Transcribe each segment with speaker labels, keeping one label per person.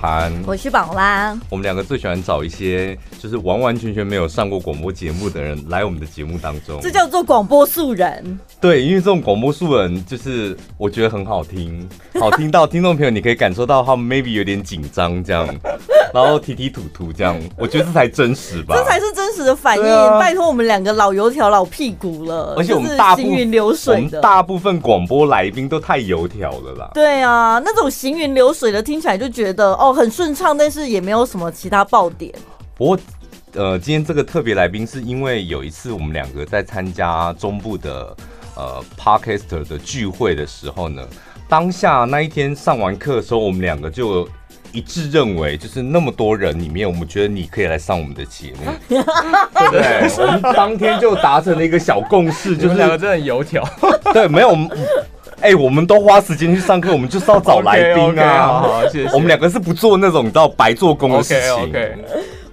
Speaker 1: 涵，
Speaker 2: 我是宝拉。
Speaker 1: 我们两个最喜欢找一些就是完完全全没有上过广播节目的人来我们的节目当中。
Speaker 2: 这叫做广播素人。
Speaker 1: 对，因为这种广播素人就是我觉得很好 听，好听到听众朋友你可以感受到他们 maybe 有点紧张这 样，然后提提吐吐这样，我觉得这才真实吧。
Speaker 2: 这才是真实的反应。
Speaker 1: 对啊
Speaker 2: 拜托，我们两个老油条、老屁股了，
Speaker 1: 而且我
Speaker 2: 就
Speaker 1: 们
Speaker 2: 是
Speaker 1: 大部
Speaker 2: 行云流
Speaker 1: 我
Speaker 2: 水
Speaker 1: 们
Speaker 2: 的。
Speaker 1: 大部分广播来宾都太油条了啦。
Speaker 2: 对啊，那种行云流水的，听起来就觉得哦很顺畅，但是也没有什么其他爆点。
Speaker 1: 不过，呃，今天这个特别来宾是因为有一次我们两个在参加中部的呃 Podcaster 的聚会的时候呢，当下那一天上完课的时候，我们两个就。一致认为，就是那么多人里面，我们觉得你可以来上我们的节目，
Speaker 3: 啊
Speaker 1: 对不对？我们当天就达成了一个小共识，
Speaker 3: 你
Speaker 1: 就是
Speaker 3: 们两个真的很油条，
Speaker 1: 对，没有，我们哎、我们都花时间去上课，我们就是要 找来 宾
Speaker 3: 哦 OK，OK，好
Speaker 1: 啊。
Speaker 3: 好，谢谢。
Speaker 1: 我们两个是不做那种你知道白做工的事
Speaker 3: OK
Speaker 1: 情。
Speaker 3: OK，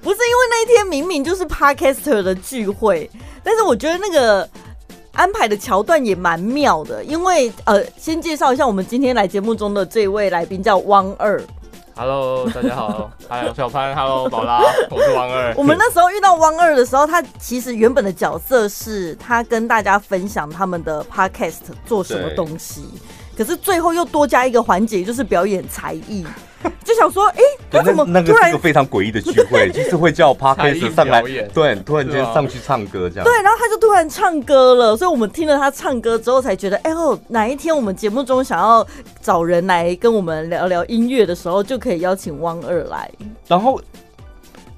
Speaker 2: 不是因为那一天明明就是 Podcaster 的聚会，但是我觉得那个安排的桥段也蛮妙的。因为呃，先介绍一下我们今天来节目中的这位来宾叫汪二。
Speaker 3: Hello，大家好， 嗨，我小潘，Hello，宝拉， 我是王二。
Speaker 2: 我们那时候遇到汪二的时候，他其实原本的角色是他跟大家分享他们的 podcast 做什么东西，可是最后又多加一个环节，就是表演才 艺，就想说，哎、
Speaker 1: 对
Speaker 2: 他怎么
Speaker 1: 那那
Speaker 2: 突
Speaker 1: 个是
Speaker 2: 然
Speaker 1: 个非常诡异的聚 会，就是会叫 p a r k a
Speaker 3: 才艺
Speaker 1: s 上来
Speaker 3: 表演，
Speaker 1: 对，突然间
Speaker 3: 是啊
Speaker 1: 上去唱歌这样。
Speaker 2: 对，然后他就突然唱歌了，所以我们听了他唱歌之后，才觉得，哎呦，哪一天我们节目中想要找人来跟我们聊聊音乐的时候，就可以邀请汪二来。
Speaker 1: 然后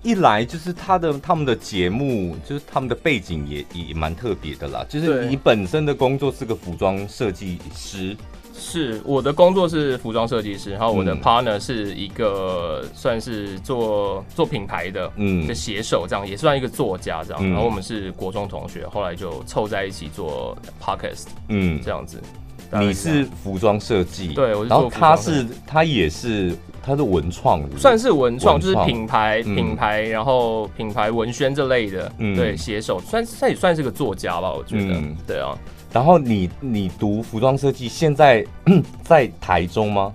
Speaker 1: 一来就是他的他们的节目，就是他们的背景也也蛮特别的啦。就是
Speaker 3: 对
Speaker 1: 你本身的工作是个服装设计师，
Speaker 3: 是我的工作是服装设计师，然后我的
Speaker 1: 嗯
Speaker 3: partner 是一个算是做做品牌的，
Speaker 1: 嗯
Speaker 3: 的写手，这样也算一个作家这样。
Speaker 1: 嗯
Speaker 3: 然后我们是国中同学，后来就凑在一起做 podcast
Speaker 1: 嗯，
Speaker 3: 这样子。大概
Speaker 1: 你
Speaker 3: 这
Speaker 1: 是
Speaker 3: 样
Speaker 1: 服装设计，
Speaker 3: 对我是
Speaker 1: 然后
Speaker 3: 做服
Speaker 1: 他
Speaker 3: 装
Speaker 1: 是他也是他是文创，对不对
Speaker 3: 算是文创，
Speaker 1: 文
Speaker 3: 就是
Speaker 1: 创
Speaker 3: 品牌、
Speaker 1: 嗯
Speaker 3: 品牌，然后品牌文宣这类的，
Speaker 1: 嗯
Speaker 3: 对，写手算算也算是个作家吧，我觉得，
Speaker 1: 嗯
Speaker 3: 对啊。
Speaker 1: 然后你你读服装设计，现在 在台中吗？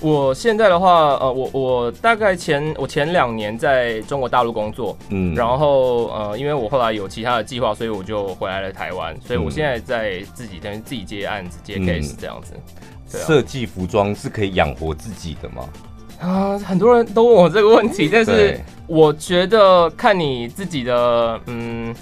Speaker 3: 我现在的话，呃，我我大概前我前两年在中国大陆工作，
Speaker 1: 嗯，
Speaker 3: 然后呃，因为我后来有其他的计划，所以我就回来了台湾，所以我
Speaker 1: 嗯
Speaker 3: 现在在自己等于自己接案子、接
Speaker 1: 嗯
Speaker 3: case 这样子。对啊
Speaker 1: 设计服装是可以养活自己的吗？
Speaker 3: 啊、很多人都问我这个问题，但是
Speaker 1: 对
Speaker 3: 我觉得看你自己的嗯。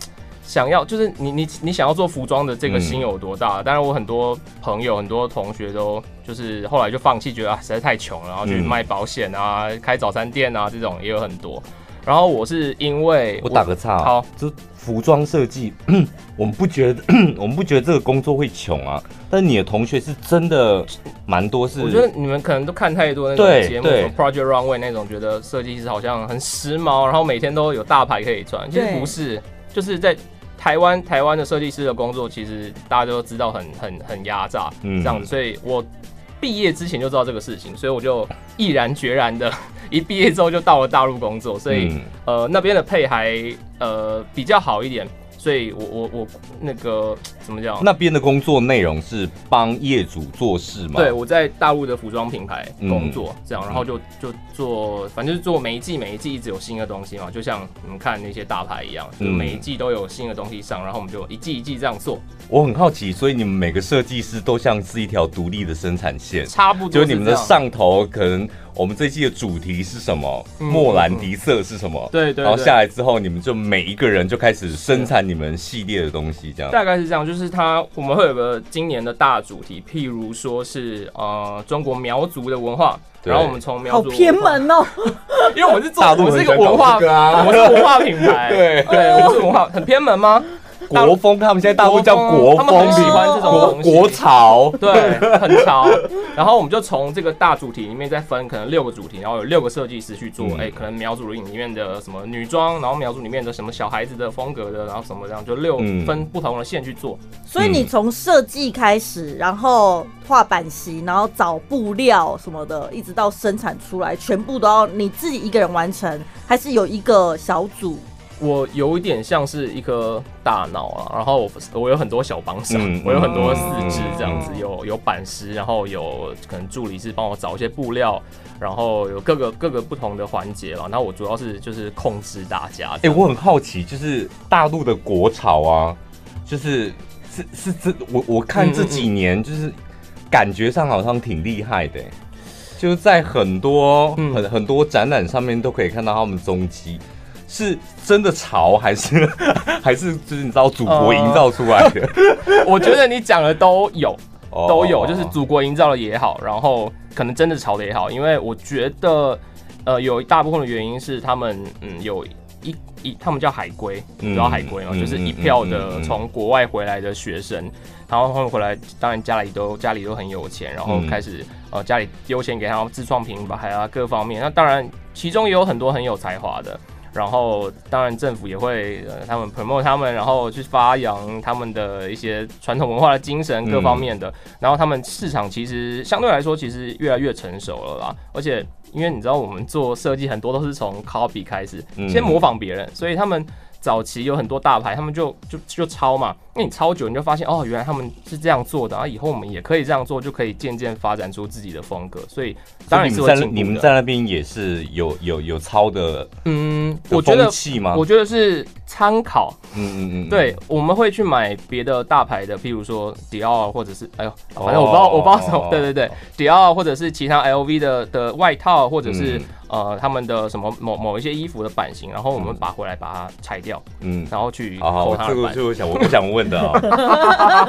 Speaker 3: 想要就是你你你想要做服装的这个
Speaker 1: 嗯
Speaker 3: 心有多大？当然，我很多朋友、很多同学都就是后来就放弃，觉得啊实在太穷了，然后去
Speaker 1: 嗯
Speaker 3: 卖保险啊、开早餐店啊这种也有很多。然后我是因为
Speaker 1: 我打个岔、啊
Speaker 3: 好，
Speaker 1: 就服装设计， 我们不觉得， 我们不觉得这个工作会穷啊。但你的同学是真的蛮多是，嗯
Speaker 3: 我觉得你们可能都看太多那种
Speaker 1: 对
Speaker 3: 节目，
Speaker 1: 对
Speaker 3: 什么 Project Runway 那种，觉得设计师好像很时髦，然后每天都有大牌可以穿。其实
Speaker 2: 对
Speaker 3: 不是，就是在台湾台湾的设计师的工作，其实大家都知道很很很压榨
Speaker 1: 嗯
Speaker 3: 这样子，所以我。毕业之前就知道这个事情，所以我就毅然决然的， 一毕业之后就到了大陆工作，所以、
Speaker 1: 嗯
Speaker 3: 呃那边的配还呃比较好一点，所以我我我那个怎么讲？
Speaker 1: 那边的工作内容是帮业主做事吗？
Speaker 3: 对，，我在大陆的服装品牌工作，
Speaker 1: 嗯
Speaker 3: 这样，然后就就做，反正就是做每一季每一季一直有新的东西嘛，就像你们看那些大牌一样，就
Speaker 1: 嗯
Speaker 3: 每一季都有新的东西上，然后我们就一季一季这样做，
Speaker 1: 我很好奇，所以你们每个设计师都像是一条独立的生产线。
Speaker 3: 差不
Speaker 1: 就
Speaker 3: 多
Speaker 1: 是你们的
Speaker 3: 这样，
Speaker 1: 上头，可能我们这季的主题是什么？
Speaker 3: 嗯
Speaker 1: 莫兰迪色是什么？
Speaker 3: 对对
Speaker 1: 然后
Speaker 3: 对
Speaker 1: 下来之后，你们就每一个人就开始生产你们系列的东西，这样。
Speaker 3: 大概是这样，就是它我们会有个今年的大主题，譬如说是呃中国苗族的文化。
Speaker 1: 对
Speaker 3: 然后我们从苗
Speaker 2: 好
Speaker 3: 族文化
Speaker 2: 偏，门哦！
Speaker 3: 因为我们是做
Speaker 1: 大陆
Speaker 3: 我
Speaker 1: 人
Speaker 3: 是一个
Speaker 1: 喜欢搞
Speaker 3: 文化，
Speaker 1: 这个啊
Speaker 3: 我是文化品牌，
Speaker 1: 对
Speaker 3: 对，我是文化，很偏门吗？
Speaker 1: 国风，他们现在大陆叫国
Speaker 3: 他
Speaker 1: 风，
Speaker 3: 们很喜欢这种
Speaker 1: 国
Speaker 3: 东西
Speaker 1: 国潮，
Speaker 3: 对，很潮。然后我们就从这个大主题里面再分可能六个主题，然后有六个设计师去做，哎、
Speaker 1: 嗯
Speaker 3: 可能苗族里面的什么女装，然后苗族里面的什么小孩子的风格的，然后什么这样，就六
Speaker 1: 嗯
Speaker 3: 分不同的线去做。
Speaker 2: 所以你
Speaker 3: 嗯
Speaker 2: 从设计开始，然后画版型，然后找布料什么的，一直到生产出来，全部都要你自己一个人完成，还是有一个小组
Speaker 3: 我有一点像是一颗大脑啊，然后我我有很多小帮手，
Speaker 1: 嗯
Speaker 3: 我有很多四肢这样子，
Speaker 2: 嗯
Speaker 3: 有有板师，然后有可能助理是帮我找一些布料，然后有各个各个不同的环节啦。然后我主要是就是控制大家这
Speaker 1: 哎、
Speaker 3: 样。
Speaker 1: 我很好奇，就是大陆的国潮啊，就是是是这我我看这几
Speaker 3: 嗯
Speaker 1: 年就是感觉上好像挺厉害的、就是在很多
Speaker 3: 嗯
Speaker 1: 很很多展览上面都可以看到他们踪迹。是真的潮还是 还是就是你知道祖国
Speaker 3: 呃
Speaker 1: 营造出来 的、
Speaker 3: 我觉得你讲的都有，
Speaker 1: 哦
Speaker 3: 都有，就是祖国营造的也好，然后可能真的炒的也好，因为我觉得，呃，有一大部分的原因是他们，嗯，有一一他们叫海归，
Speaker 1: 嗯
Speaker 3: 你知道海归嘛，
Speaker 1: 嗯
Speaker 3: 就是一票
Speaker 1: 嗯嗯嗯
Speaker 3: 的
Speaker 1: 嗯
Speaker 3: 从国外回来的学生，然后他们回来，当然家里都家里都很有钱，然后
Speaker 1: 嗯
Speaker 3: 开始、呃家里丢钱给他们自创品牌啊各方面，那当然其中也有很多很有才华的。然后，当然政府也会呃，他们 promote 他们，然后去发扬他们的一些传统文化的精神
Speaker 1: 嗯
Speaker 3: 各方面的。然后他们市场其实相对来说其实越来越成熟了啦，而且因为你知道我们做设计很多都是从 copy 开始，
Speaker 1: 嗯
Speaker 3: 先模仿别人，所以他们早期有很多大牌，他们就就就抄嘛，那你抄久你就发现哦，原来他们是这样做的，啊，以后我们也可以这样做，就可以渐渐发展出自己的风格，所以当然
Speaker 1: 哦所
Speaker 3: 是
Speaker 1: 以
Speaker 3: 会
Speaker 1: 你们在
Speaker 3: 进步
Speaker 1: 你们
Speaker 3: 的
Speaker 1: 在那边也是有有有抄的
Speaker 3: 嗯，
Speaker 1: 的
Speaker 3: 我觉得
Speaker 1: 风气吗？
Speaker 3: 我觉得是参考，
Speaker 1: 嗯嗯嗯，
Speaker 3: 对，我们会去买别的大牌的，譬如说迪奥或者是哎呦，反正我不知道，
Speaker 1: 哦
Speaker 3: 我不知道什么，对对对，迪奥啊或者是其他 LV 的的外套，或者是、
Speaker 1: 嗯
Speaker 3: 呃他们的什么某某一些衣服的版型，然后我们把回来把它拆掉，
Speaker 1: 嗯，
Speaker 3: 然后去
Speaker 1: 好好，
Speaker 3: 扣
Speaker 1: 我
Speaker 3: 它
Speaker 1: 这
Speaker 3: 的
Speaker 1: 个
Speaker 3: 版。
Speaker 1: 就是我想我 不想问的啊。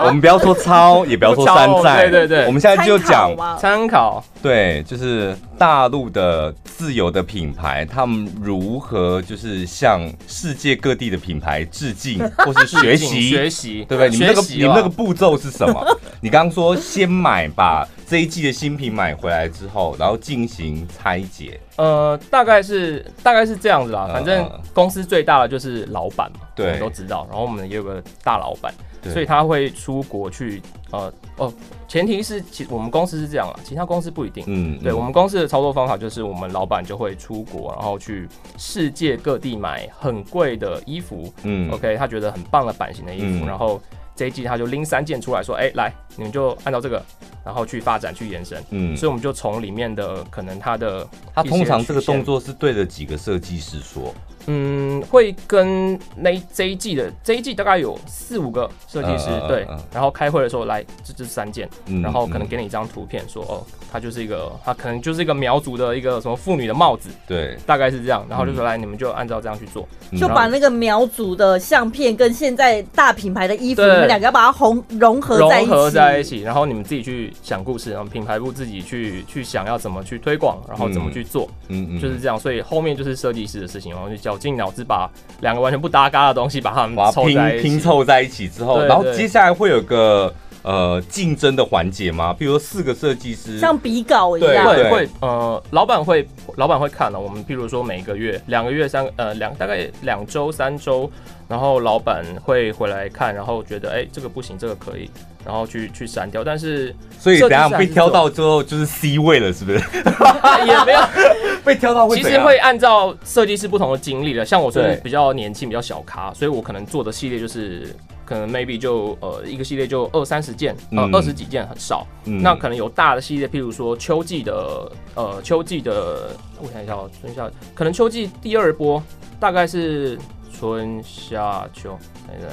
Speaker 1: 我们不要说抄，也不要说山
Speaker 3: 不抄
Speaker 1: 寨，
Speaker 3: 对对对
Speaker 1: 我们现在就讲
Speaker 2: 参考，嘛
Speaker 3: 参考，
Speaker 1: 对，就是大陆的自由的品牌，他们如何就是向世界各地的品牌致敬，或是学 习，
Speaker 3: 学习，
Speaker 1: 对不对？你们那个
Speaker 3: 学习啊
Speaker 1: 你们那个
Speaker 3: 啦
Speaker 1: 步骤是什么？ 你刚刚说先买，把这一季的新品买回来之后，然后进行拆解，
Speaker 3: 呃，大概是大概是这样子啦。
Speaker 1: 嗯
Speaker 3: 反正
Speaker 1: 嗯
Speaker 3: 公司最大的就是老板嘛，
Speaker 1: 对
Speaker 3: 我们都知道。然后我们也有个大老板，
Speaker 1: 对
Speaker 3: 所以他会出国去，呃哦，前提是其我们公司是这样啦，其他公司不一定。
Speaker 1: 嗯，
Speaker 3: 对
Speaker 1: 嗯
Speaker 3: 我们公司的操作方法就是，我们老板就会出国，然后去世界各地买很贵的衣服、
Speaker 1: 嗯
Speaker 3: o k 他觉得很棒的版型的衣服，
Speaker 1: 嗯
Speaker 3: 然后这一季他就拎三件出来说，哎、来，你们就按照这个，然后去发展去延伸。
Speaker 1: 嗯
Speaker 3: 所以，我们就从里面的可能它的
Speaker 1: 他通常这个
Speaker 3: 一些曲线
Speaker 1: 动作是对着几个设计师说，
Speaker 3: 嗯，会跟那一这一季的这一季大概有四五个设计师、
Speaker 1: 嗯嗯
Speaker 3: 对
Speaker 1: 嗯嗯，
Speaker 3: 然后开会的时候来这这三件，
Speaker 1: 嗯
Speaker 3: 然后可能
Speaker 1: 嗯
Speaker 3: 给你一张图片说，哦，它就是一个它可能就是一个苗族的一个什么妇女的帽子，
Speaker 1: 对，
Speaker 3: 大概是这样，然后就说、来你们就按照这样去做，
Speaker 1: 嗯
Speaker 2: 就把那个苗族的相片跟现在大品牌的衣服，你
Speaker 3: 对
Speaker 2: 们两个要把它融融合
Speaker 3: 融
Speaker 2: 在一起。
Speaker 3: 合在一起，然后你们自己去想故事，然后品牌部自己去去想要怎么去推广，然后怎么去做，
Speaker 1: 嗯嗯
Speaker 3: 就是这样，所以后面就是设计师的事情，然后就绞尽脑汁把两个完全不搭嘎的东西把它
Speaker 1: 把
Speaker 3: 们
Speaker 1: 它
Speaker 3: 凑在
Speaker 1: 拼
Speaker 3: 一起，
Speaker 1: 拼凑在一起之后，
Speaker 3: 对
Speaker 1: 然后
Speaker 3: 对
Speaker 1: 接下来会有个呃竞争的环节吗？比如说四个设计师，
Speaker 2: 像比稿一
Speaker 1: 对
Speaker 2: 样。
Speaker 3: 会会呃，老板会老板会看哦的、我们譬如说每个月两个月三个呃两大概两周三周，然后老板会回来看，然后觉得哎、这个不行，这个可以，然后去去删掉。但是
Speaker 1: 所以等一下
Speaker 3: 设计师还
Speaker 1: 被
Speaker 3: 是
Speaker 1: 挑到之后就是 C 位了，是 不是？
Speaker 3: 啊
Speaker 1: 啊
Speaker 3: 也没有，
Speaker 1: 被挑到会
Speaker 3: 其
Speaker 1: 怎
Speaker 3: 实
Speaker 1: 样
Speaker 3: 会按照设计师不同的经历了。像我是
Speaker 1: 对
Speaker 3: 比较年轻比较小咖，所以我可能做的系列就是。可能 maybe 就呃一个系列就二三十件，呃
Speaker 1: 嗯
Speaker 3: 二十几件很少，
Speaker 1: 嗯
Speaker 3: 那可能有大的系列，譬如说秋季的，呃，秋季的，我想一下哦，春夏，可能秋季第二波大概是春夏秋，呃，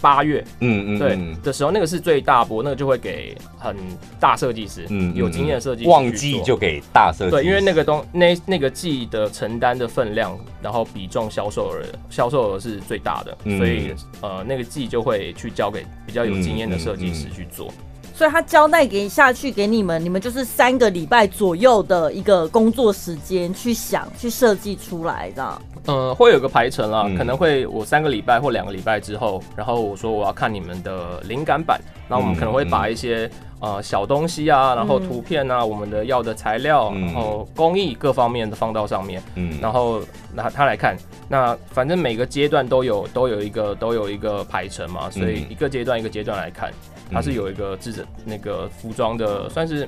Speaker 3: 八月
Speaker 1: 嗯嗯
Speaker 3: 对、
Speaker 1: 嗯
Speaker 3: 的时候，那个是最大波，那个就会给很大设计师，
Speaker 1: 嗯
Speaker 3: 有经验的设计师
Speaker 1: 旺
Speaker 3: 去
Speaker 1: 季
Speaker 3: 做
Speaker 1: 就给大设计师，
Speaker 3: 对，因为那个东那那个季的承担的分量，然后比重销售额销售额是最大的，
Speaker 1: 嗯
Speaker 3: 所以呃那个季就会去交给比较有经验的设
Speaker 1: 嗯嗯
Speaker 3: 计
Speaker 1: 嗯
Speaker 3: 师去做。
Speaker 2: 所以他交代给下去给你们，你们就是三个礼拜左右的一个工作时间去想、去设计出来的。
Speaker 3: 呃，会有个排程啦，
Speaker 1: 嗯
Speaker 3: 可能会我三个礼拜或两个礼拜之后，然后我说我要看你们的灵感版，那我们可能会把一些、呃小东西啊，然后
Speaker 2: 嗯
Speaker 3: 图片啊，我们的要的材料，
Speaker 1: 嗯
Speaker 3: 然后工艺各方面的放到上面，
Speaker 1: 嗯
Speaker 3: 然后拿他来看。那反正每个阶段都有都有一个都有一个排程嘛，所以
Speaker 1: 嗯
Speaker 3: 一个阶段一个阶段来看，它是有一个制着那个服装的算是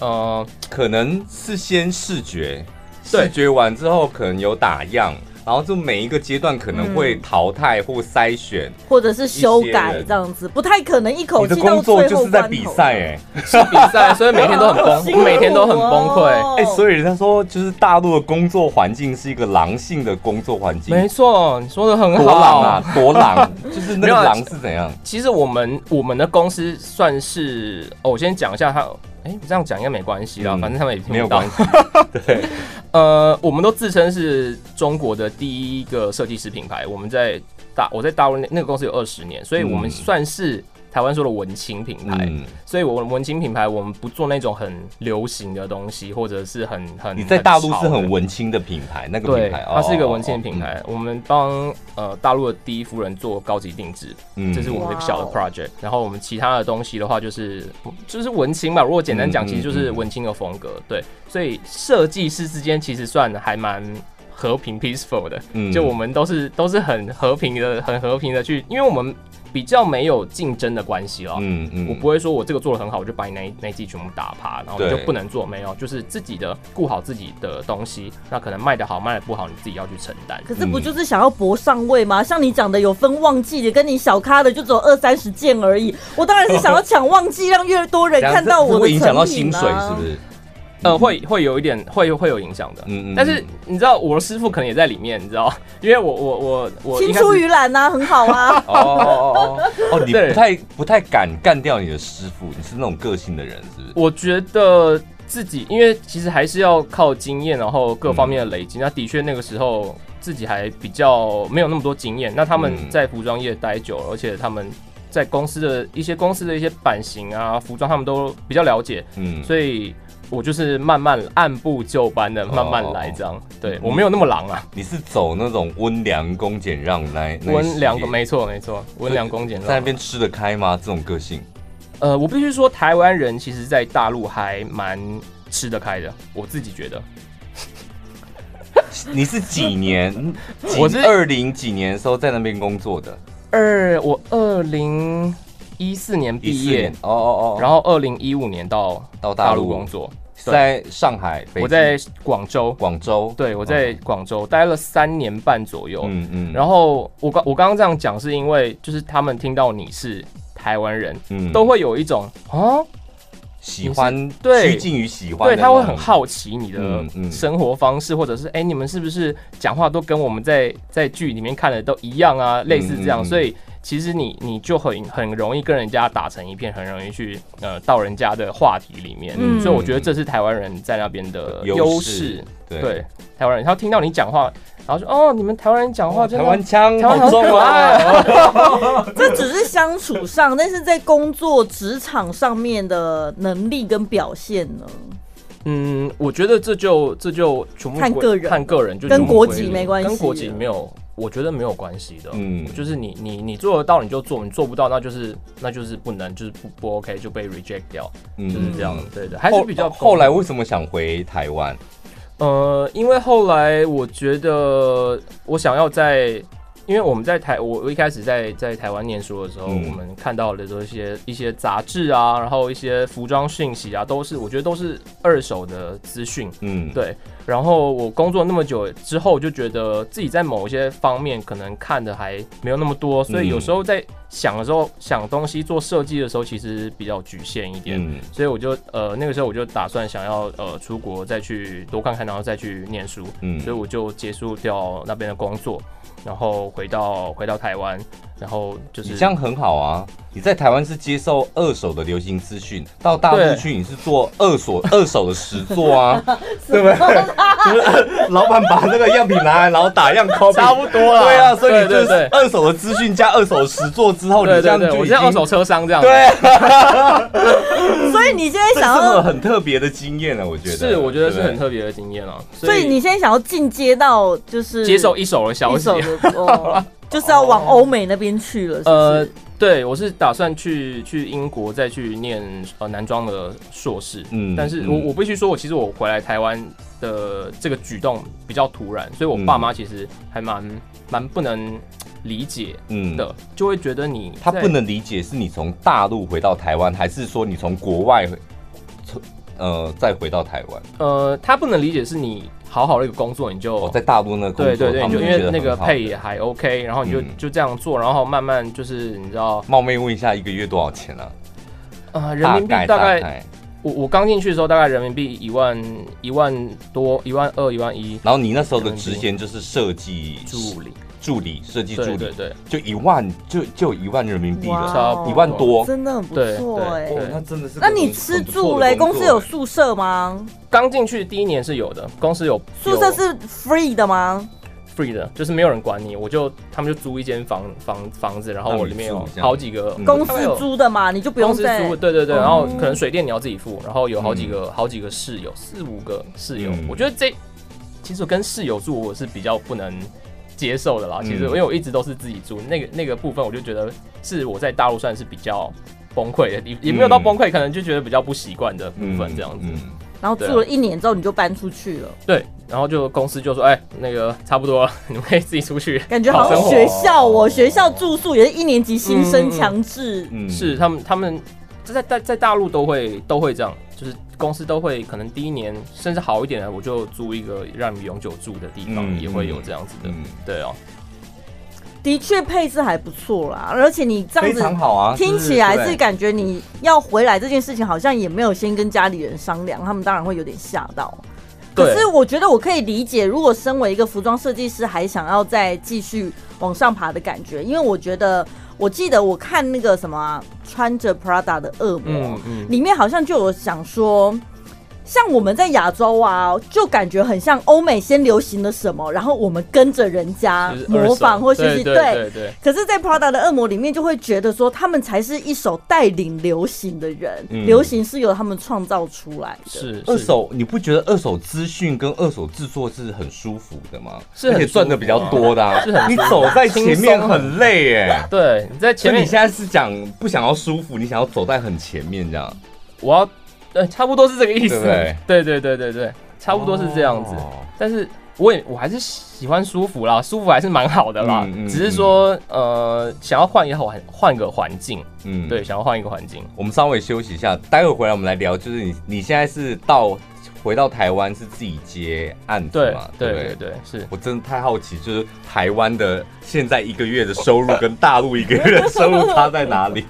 Speaker 3: 呃
Speaker 1: 可能是先视觉，
Speaker 3: 对
Speaker 1: 视觉完之后可能有打样，然后就每一个阶段可
Speaker 2: 嗯
Speaker 1: 能会淘汰或筛选。
Speaker 2: 或者是修
Speaker 1: 一些
Speaker 2: 改
Speaker 1: 人
Speaker 2: 这样子，不太可能一口
Speaker 1: 你的
Speaker 2: 气到
Speaker 1: 工作
Speaker 2: 最
Speaker 1: 就
Speaker 2: 后
Speaker 1: 是在
Speaker 2: 关
Speaker 1: 比
Speaker 2: 头。哎
Speaker 1: 赛哎、
Speaker 3: 是比赛， 所以每天都很 崩，
Speaker 2: 哦
Speaker 3: 我每天都很崩溃。
Speaker 1: 哎、所
Speaker 2: 以
Speaker 1: 以人家说，就是大陆的工作环境是一个狼性的工作环境，
Speaker 3: 没错，你说的很
Speaker 1: 多狼
Speaker 3: 好。
Speaker 1: 啊， 多狼，就是那
Speaker 3: 没有
Speaker 1: 个
Speaker 3: 啊
Speaker 1: 狼是怎样？
Speaker 3: 其实我们我们的公司算是，哦、我先讲一下他，哎、这样讲应该没关系啦，
Speaker 1: 嗯
Speaker 3: 反正他们也听
Speaker 1: 没有
Speaker 3: 不到
Speaker 1: 关。 系，对，
Speaker 3: 呃，我们都自称是中国的第一个设计师品牌，我们在大我在大陆那那个公司有二十年，所以我们
Speaker 1: 嗯
Speaker 3: 算是台湾说的文青品牌。
Speaker 1: 嗯，
Speaker 3: 所以，我们文青品牌，我们不做那种很流行的东西，或者是很很
Speaker 1: 你在大陆是
Speaker 3: 潮的
Speaker 1: 很文青的品牌，那个
Speaker 3: 哎对
Speaker 1: 品牌，，
Speaker 3: 它是一个
Speaker 1: 哦
Speaker 3: 文青的品，牌。我们帮呃大陆的第一夫人做高级定制，
Speaker 1: 嗯
Speaker 3: 这是我们的一个小的
Speaker 2: 哇哦
Speaker 3: project。然后我们其他的东西的话，就是就是文青吧。如果简单
Speaker 1: 嗯
Speaker 3: 讲，
Speaker 1: 嗯
Speaker 3: 其实就是文青的风格。对，所以设计师之间其实算还蛮和平 peaceful 的。
Speaker 1: 嗯
Speaker 3: 就我们都是都是很和平的，很和平的去，因为我们比较没有竞争的关系了。
Speaker 1: 嗯嗯
Speaker 3: 我不会说我这个做的很好，我就把你那一那一季全部打趴，然后你
Speaker 1: 对
Speaker 3: 就不能做，没有，就是自己的顾好自己的东西，那可能卖的好卖的不好，你自己要去承担。
Speaker 2: 可是不就是想要搏上位吗？像你讲的，有分旺季的，跟你小咖的就只有二三十件而已。我当然是想要抢旺季，让越多人
Speaker 1: 这样
Speaker 2: 看到
Speaker 1: 这这
Speaker 2: 我
Speaker 1: 会影
Speaker 2: 的成品、啊、
Speaker 1: 响到薪水是不？是？
Speaker 3: 呃，会会有一点会会有影响的，
Speaker 1: 嗯嗯嗯。
Speaker 3: 但是你知道我的师傅可能也在里面，你知道，因为我我我我一
Speaker 2: 青
Speaker 3: 开始
Speaker 2: 出于蓝呐、啊，很好啊
Speaker 1: 哦哦哦 哦哦，你
Speaker 3: 对
Speaker 1: 不太不太敢干掉你的师傅，你是那种个性的人是不是？
Speaker 3: 我觉得自己，因为其实还是要靠经验，然后各方面的累积。那的确那个时候自己还比较没有那么多经验。那他们
Speaker 1: 嗯
Speaker 3: 在服装业待久了，而且他们在公司的一些公司的一些版型啊、服装，他们都比较了解，
Speaker 1: 嗯，
Speaker 3: 所以。我就是慢慢按部就班
Speaker 1: 哦
Speaker 3: 的慢慢来，这样。
Speaker 1: 嗯
Speaker 3: 对我没有那么狼啊，
Speaker 1: 你是走那种温良恭俭让那嗯那一系
Speaker 3: 温良
Speaker 1: 列
Speaker 3: 没错没错，温良恭俭让。
Speaker 1: 在那边吃得开吗？这种个性，
Speaker 3: 呃，我必须说，台湾人其实在大陆还蛮吃得开的，我自己觉得。
Speaker 1: 你是几年？ 几
Speaker 3: 我是
Speaker 1: 二零几年的时候在那边工作的，
Speaker 3: 二，我二零一四年毕
Speaker 1: 14
Speaker 3: 业
Speaker 1: 年，哦哦哦，
Speaker 3: 然后二零一五年到
Speaker 1: 到大
Speaker 3: 大陆
Speaker 1: 陆
Speaker 3: 工，作，
Speaker 1: 在上海，北京
Speaker 3: 我在广州，
Speaker 1: 广州，
Speaker 3: 对我在广州待了三年半左右。
Speaker 1: 嗯嗯，
Speaker 3: 然后我刚我刚刚这样讲，是因为就是他们听到你是台湾人，
Speaker 1: 嗯
Speaker 3: 都会有一种啊，
Speaker 1: 喜欢，
Speaker 3: 对
Speaker 1: 趋近于喜欢的
Speaker 3: 对，
Speaker 1: 那
Speaker 3: 他
Speaker 1: 种，
Speaker 3: 会很好奇你的
Speaker 1: 嗯嗯
Speaker 3: 生活方式，或者是哎、诶你们是不是讲话都跟我们在在剧里面看的都一样啊，类似这
Speaker 1: 嗯
Speaker 3: 样，
Speaker 1: 嗯
Speaker 3: 所以其实你你就很很容易跟人家打成一片，很容易去呃到人家的话题里面，
Speaker 2: 嗯
Speaker 3: 所以我觉得这是台湾人在那边的
Speaker 1: 优
Speaker 3: 优
Speaker 1: 势
Speaker 3: 势，，
Speaker 1: 对
Speaker 3: 对，台湾人他听到你讲话，然后说哦，你们台湾人讲话
Speaker 1: 哇，
Speaker 3: 真
Speaker 1: 台
Speaker 3: 的。
Speaker 1: 湾腔
Speaker 3: 台湾
Speaker 1: 好
Speaker 3: 好
Speaker 1: 重
Speaker 3: 可
Speaker 1: 啊，
Speaker 3: 爱哦！
Speaker 2: 这只是相处上，但是在工作职场上面的能力跟表现呢，
Speaker 3: 嗯，我觉得这就这就全部
Speaker 2: 看
Speaker 3: 归
Speaker 2: 个人
Speaker 3: 看个人就
Speaker 2: 跟
Speaker 3: 全部
Speaker 2: 国
Speaker 3: 归
Speaker 2: 籍
Speaker 3: 零
Speaker 2: 没关
Speaker 3: 跟国
Speaker 2: 系
Speaker 3: 籍
Speaker 2: 了
Speaker 3: 没有，我觉得没有关系的。
Speaker 1: 嗯，
Speaker 3: 就是你你你做得到你就做，你做不到那就是那就是不能，就是不不 OK 就被 reject 掉，
Speaker 1: 嗯
Speaker 3: 就是这样。
Speaker 1: 嗯
Speaker 3: 对的，还是
Speaker 1: 后
Speaker 3: 比较
Speaker 1: 后来为什么想回台湾？
Speaker 3: 呃，因为后来我觉得我想要在。因为我们在台，我我一开始在在台湾念书的时候，
Speaker 1: 嗯
Speaker 3: 我们看到的都是一些一些杂志啊，然后一些服装讯息啊，都是我觉得都是二手的资讯。
Speaker 1: 嗯，
Speaker 3: 对，然后我工作那么久之后，就觉得自己在某一些方面可能看的还没有那么多，所以
Speaker 1: 嗯
Speaker 3: 有时候在想的时候，想东西做设计的时候，其实比较局限一点。
Speaker 1: 嗯
Speaker 3: 所以我就呃那个时候我就打算想要呃出国再去多看看，然后再去念书，
Speaker 1: 嗯
Speaker 3: 所以我就结束掉那边的工作，然后回到回到台湾，然后就是
Speaker 1: 你这样很好啊！你在台湾是接受二手的流行资讯，到大陆
Speaker 3: 对
Speaker 1: 去你是做二手二手的实作 啊，对不对？就是呃老板把那个样品拿来，然后打 样 copy，
Speaker 3: 差不多啦
Speaker 1: 对啊，所以你
Speaker 3: 对
Speaker 1: 就
Speaker 3: 对
Speaker 1: 是
Speaker 3: 对
Speaker 1: 二手的资讯加二手实作之后，
Speaker 3: 对
Speaker 1: 你这
Speaker 3: 对
Speaker 1: 样
Speaker 3: 对，
Speaker 1: 就
Speaker 3: 我
Speaker 1: 已
Speaker 3: 现在
Speaker 1: 经
Speaker 3: 二手车商这样，
Speaker 1: 对，啊
Speaker 2: 所以你现在
Speaker 1: 这是
Speaker 2: 想
Speaker 1: 个
Speaker 2: 要，
Speaker 1: 很特别的经验了，我觉得
Speaker 3: 是我觉得是很
Speaker 1: 特
Speaker 3: 特别的经验啊，
Speaker 2: 所以你现在想要进阶到就是
Speaker 3: 接受一手的消
Speaker 2: 一
Speaker 3: 息
Speaker 2: 手。的哦，就是要往欧美那边去了，是不
Speaker 3: 呃
Speaker 2: 是？，
Speaker 3: 对，我是打算去去英国再去念呃男装的硕士，
Speaker 1: 嗯
Speaker 3: 嗯，但是
Speaker 1: 嗯
Speaker 3: 我我必须说，我其实我回来台湾的这个举动比较突然，所以我爸
Speaker 1: 嗯
Speaker 3: 妈其实还蛮蛮不能理解
Speaker 1: 嗯
Speaker 3: 的，就会觉得你
Speaker 1: 他
Speaker 3: 在
Speaker 1: 不能理解是你从大陆回到台湾，还是说你从国外从呃再回到台湾？
Speaker 3: 呃，他不能理解是你好好的一个工作，你就
Speaker 1: 哦，在大陆那个工
Speaker 3: 对
Speaker 1: 作，
Speaker 3: 对对，
Speaker 1: 他
Speaker 3: 你
Speaker 1: 们
Speaker 3: 就因
Speaker 1: 觉
Speaker 3: 为
Speaker 1: 得
Speaker 3: 那个
Speaker 1: 很好
Speaker 3: 配啊
Speaker 1: 的
Speaker 3: 也还 OK，然后你就
Speaker 1: 嗯
Speaker 3: 就这样做，然后慢慢就是你知道，
Speaker 1: 冒昧问一下，一个月多少钱啊？
Speaker 3: 呃，人民币
Speaker 1: 大
Speaker 3: 大
Speaker 1: 概
Speaker 3: 概我我刚进去的时候大概人民币一万一万多，一万二一万一
Speaker 1: 然后你那时候的职衔就是设计
Speaker 3: 助理，
Speaker 1: 助理，设计助
Speaker 3: 对
Speaker 1: 理，
Speaker 3: 对对，
Speaker 1: 就一万，就就一万人民币
Speaker 2: 哇
Speaker 1: 了，
Speaker 3: 差不
Speaker 1: 一万多。
Speaker 2: 真的很不
Speaker 3: 对
Speaker 2: 错
Speaker 3: 对
Speaker 2: 哎、
Speaker 1: 哦
Speaker 3: 对，
Speaker 1: 那真的是个
Speaker 2: 那
Speaker 1: 很。
Speaker 2: 你吃
Speaker 1: 很不错
Speaker 2: 住
Speaker 1: 的
Speaker 2: 嘞？
Speaker 1: 工
Speaker 2: 公司
Speaker 1: 作
Speaker 2: 有
Speaker 1: 欸
Speaker 2: 宿舍吗？
Speaker 3: 刚进去第一年是有的，公司有
Speaker 2: 宿舍是 free 的吗？
Speaker 3: free 的，就是没有人管你，我就他们就租一间房房房子，然后
Speaker 1: 让
Speaker 3: 我
Speaker 1: 你
Speaker 3: 里面
Speaker 1: 住
Speaker 3: 有
Speaker 1: 这样
Speaker 3: 好几个
Speaker 1: 嗯
Speaker 2: 公司
Speaker 3: 大概有
Speaker 2: 租的嘛，你就不用
Speaker 3: 公司
Speaker 2: 再
Speaker 3: 租，对对对，
Speaker 2: 哦
Speaker 3: 然后可能水电你要自己付，然后有好几个、好几个室友，四五个室友，
Speaker 1: 嗯
Speaker 3: 我觉得这其实我跟室友住我是比较不能接受的啦。其
Speaker 1: 嗯
Speaker 3: 实因为我一直都是自己住，那个那个部分我就觉得是我在大陆算是比较崩溃的，也也没有到崩溃，可能就觉得比较不习惯的部分这样子。
Speaker 1: 嗯
Speaker 2: 然后住了一年之后你就搬出去了，
Speaker 3: 对，啊然后就公司就说，哎、那个差不多了， 你们可以自己出去。
Speaker 2: 感觉好
Speaker 3: 生
Speaker 2: 像
Speaker 3: 活
Speaker 2: 学校哦，学校住宿也是一年级新生强制。
Speaker 1: 嗯
Speaker 3: 是他们他们这在在在大陆都会都会这样，就是公司都会可能第一年甚至好一点的，我就租一个让你永久住的地方，
Speaker 1: 嗯
Speaker 3: 也会有这样子的。
Speaker 1: 嗯
Speaker 3: 对哦，
Speaker 2: 的确配置还不错啦，而且你这样
Speaker 1: 非
Speaker 2: 子
Speaker 1: 常好啊，
Speaker 2: 听
Speaker 1: 就是
Speaker 2: 起来
Speaker 1: 对
Speaker 2: 是感觉你要回来这件事情，好像也没有先跟家里人商量，他们当然会有点吓到。可
Speaker 3: 对
Speaker 2: 是我觉得我可以理解，如果身为一个服装设计师，还想要再继续往上爬的感觉，因为我觉得，我记得我看那个什么啊、穿着 Prada 的恶魔，
Speaker 3: 嗯嗯，
Speaker 2: 里面好像就有想说，像我们在亚洲啊，就感觉很像欧美先流行了什么，然后我们跟着人家
Speaker 3: 就是二手
Speaker 2: 模仿或学习，
Speaker 3: 对对对，
Speaker 2: 可是，在 Prada 的恶魔里面，就会觉得说，他们才是一手带领流行的人，
Speaker 1: 嗯
Speaker 2: 流行是由他们创造出来的。
Speaker 3: 是
Speaker 1: 二
Speaker 3: 是
Speaker 1: 手，你不觉得二手资讯跟二手制作是很舒服的吗？
Speaker 3: 是很
Speaker 1: 而且赚的
Speaker 3: 舒服啊
Speaker 1: 比较多的、啊，
Speaker 3: 是很
Speaker 1: 你
Speaker 3: 舒服
Speaker 1: 走在前面
Speaker 3: 轻松啊
Speaker 1: 很累哎、
Speaker 3: 对，你在
Speaker 1: 所
Speaker 3: 前
Speaker 1: 以你
Speaker 3: 面
Speaker 1: 现在是讲不想要舒服，你想要走在很前面这样，
Speaker 3: 我要呃，差不多是这个意思
Speaker 1: 对不对。
Speaker 3: 对对对对对，差不多是这样子。
Speaker 1: 哦
Speaker 3: 但是我也我还是喜欢舒服啦，舒服还是蛮好的啦。
Speaker 1: 嗯嗯
Speaker 3: 只是说呃，想要换一个环换个环境，
Speaker 1: 嗯
Speaker 3: 对，。想要换一个环境。
Speaker 1: 我们稍微休息一下，待会儿回来我们来聊，就是你你现在是到回到台湾是自己接案子
Speaker 3: 对
Speaker 1: 嘛？
Speaker 3: 对
Speaker 1: 不
Speaker 3: 对对，是。
Speaker 1: 我真的太好奇，就是台湾的现在一个月的收入跟大陆一个月的收入差在哪里？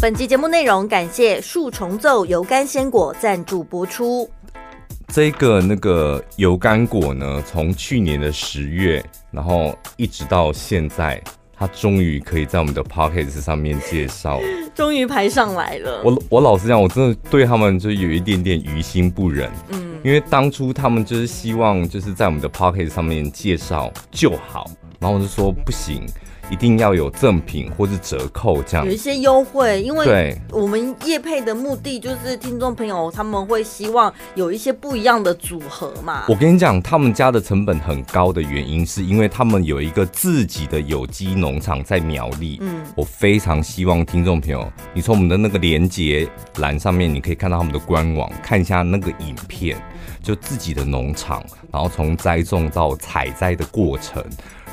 Speaker 4: 本集节目内容感谢树重奏油甘鲜果赞助播出。
Speaker 1: 这个那个油甘果呢，从去年的十月，然后一直到现在，它终于可以在我们的 p o c k e t 上面介绍了。
Speaker 2: 终于排上来了，
Speaker 1: 我我老实讲，我真的对他们就有一点点于心不忍。嗯，因为当初他们就是希望就是在我们的 p o c k e t 上面介绍就好，然后我就说不行，一定要有赠品或是折扣这样
Speaker 2: 有一。些优惠，因为
Speaker 1: 对，
Speaker 2: 我们业配的目的就是听众朋友他们会希望有一些不一样的组合嘛。
Speaker 1: 我跟你讲，他们家的成本很高的原因，是因为他们有一个自己的有机农场在苗栗。嗯，我非常希望听众朋友，你从我们的那个连接栏上面，你可以看到他们的官网，看一下那个影片，就自己的农场，然后从栽种到采摘的过程，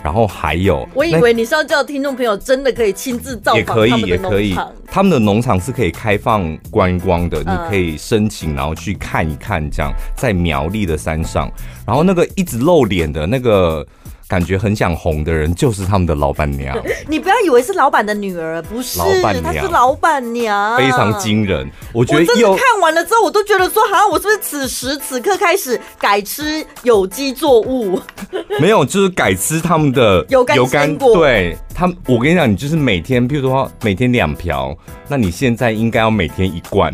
Speaker 1: 然后还有
Speaker 2: 我以
Speaker 1: 那
Speaker 2: 为你是要叫听众朋友真的可以亲自造
Speaker 1: 也可
Speaker 2: 访他
Speaker 1: 以，
Speaker 2: 们
Speaker 1: 也
Speaker 2: 的
Speaker 1: 可
Speaker 2: 农
Speaker 1: 以
Speaker 2: 场，。嗯
Speaker 1: 他们的农场是可以开放观光的，你可以申请，然后去看一看，这样在苗栗的山上，然后那个一直露脸的那个。感觉很想红的人就是他们的老板 娘，
Speaker 2: 你不要以为是老板的女儿，不是
Speaker 1: 老板，娘
Speaker 2: 她是老板娘，
Speaker 1: 非常惊人。我觉
Speaker 2: 啊我
Speaker 1: 得
Speaker 2: 真的
Speaker 1: 又
Speaker 2: 看完了之后，我都觉得说，好像我是不是此时此刻开始改吃有机作 物？
Speaker 1: 没有，就是改吃他们的
Speaker 2: 油甘鲜果
Speaker 1: 对他们，我跟你讲，你就是每天，譬如说每天两瓢，那你现在应该要每天一罐，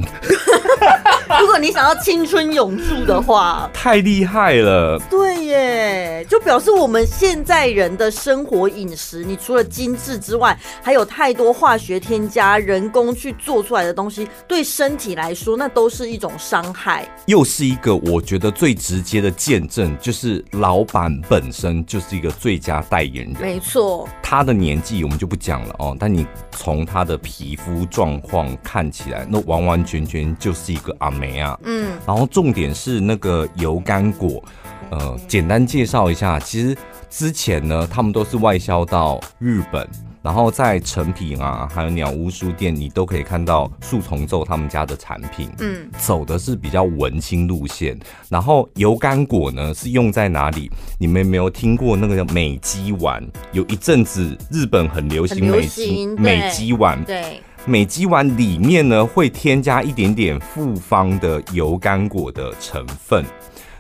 Speaker 2: 如果你想要青春永驻的话，
Speaker 1: 太厉害了。
Speaker 2: 对耶，就表示我们现在人的生活饮食，你除了精致之外，还有太多化学添加、人工去做出来的东西，对身体来说，那都是一种伤害。
Speaker 1: 又是一个我觉得最直接的见证，就是老板本身就是一个最佳代言人。
Speaker 2: 没错，
Speaker 1: 他的年纪我们就不讲了哦，但你从他的皮肤状况看起来，那完完全全就是一个阿梅啊。
Speaker 2: 嗯，
Speaker 1: 然后重点是那个油甘果，呃，简单介绍一下，其实之前呢，他们都是外销到日本。然后在成品啊，还有鸟屋书店，你都可以看到树重奏他们家的产品。
Speaker 2: 嗯，
Speaker 1: 走的是比较文青路线，然后油甘果呢是用在哪里？你们有没有听过那个美肌丸？有一阵子日本很流行
Speaker 2: 很流
Speaker 1: 美肌
Speaker 2: 行对
Speaker 1: 美肌丸，
Speaker 2: 对，
Speaker 1: 美肌丸里面呢会添加一点点复方的油甘果的成分。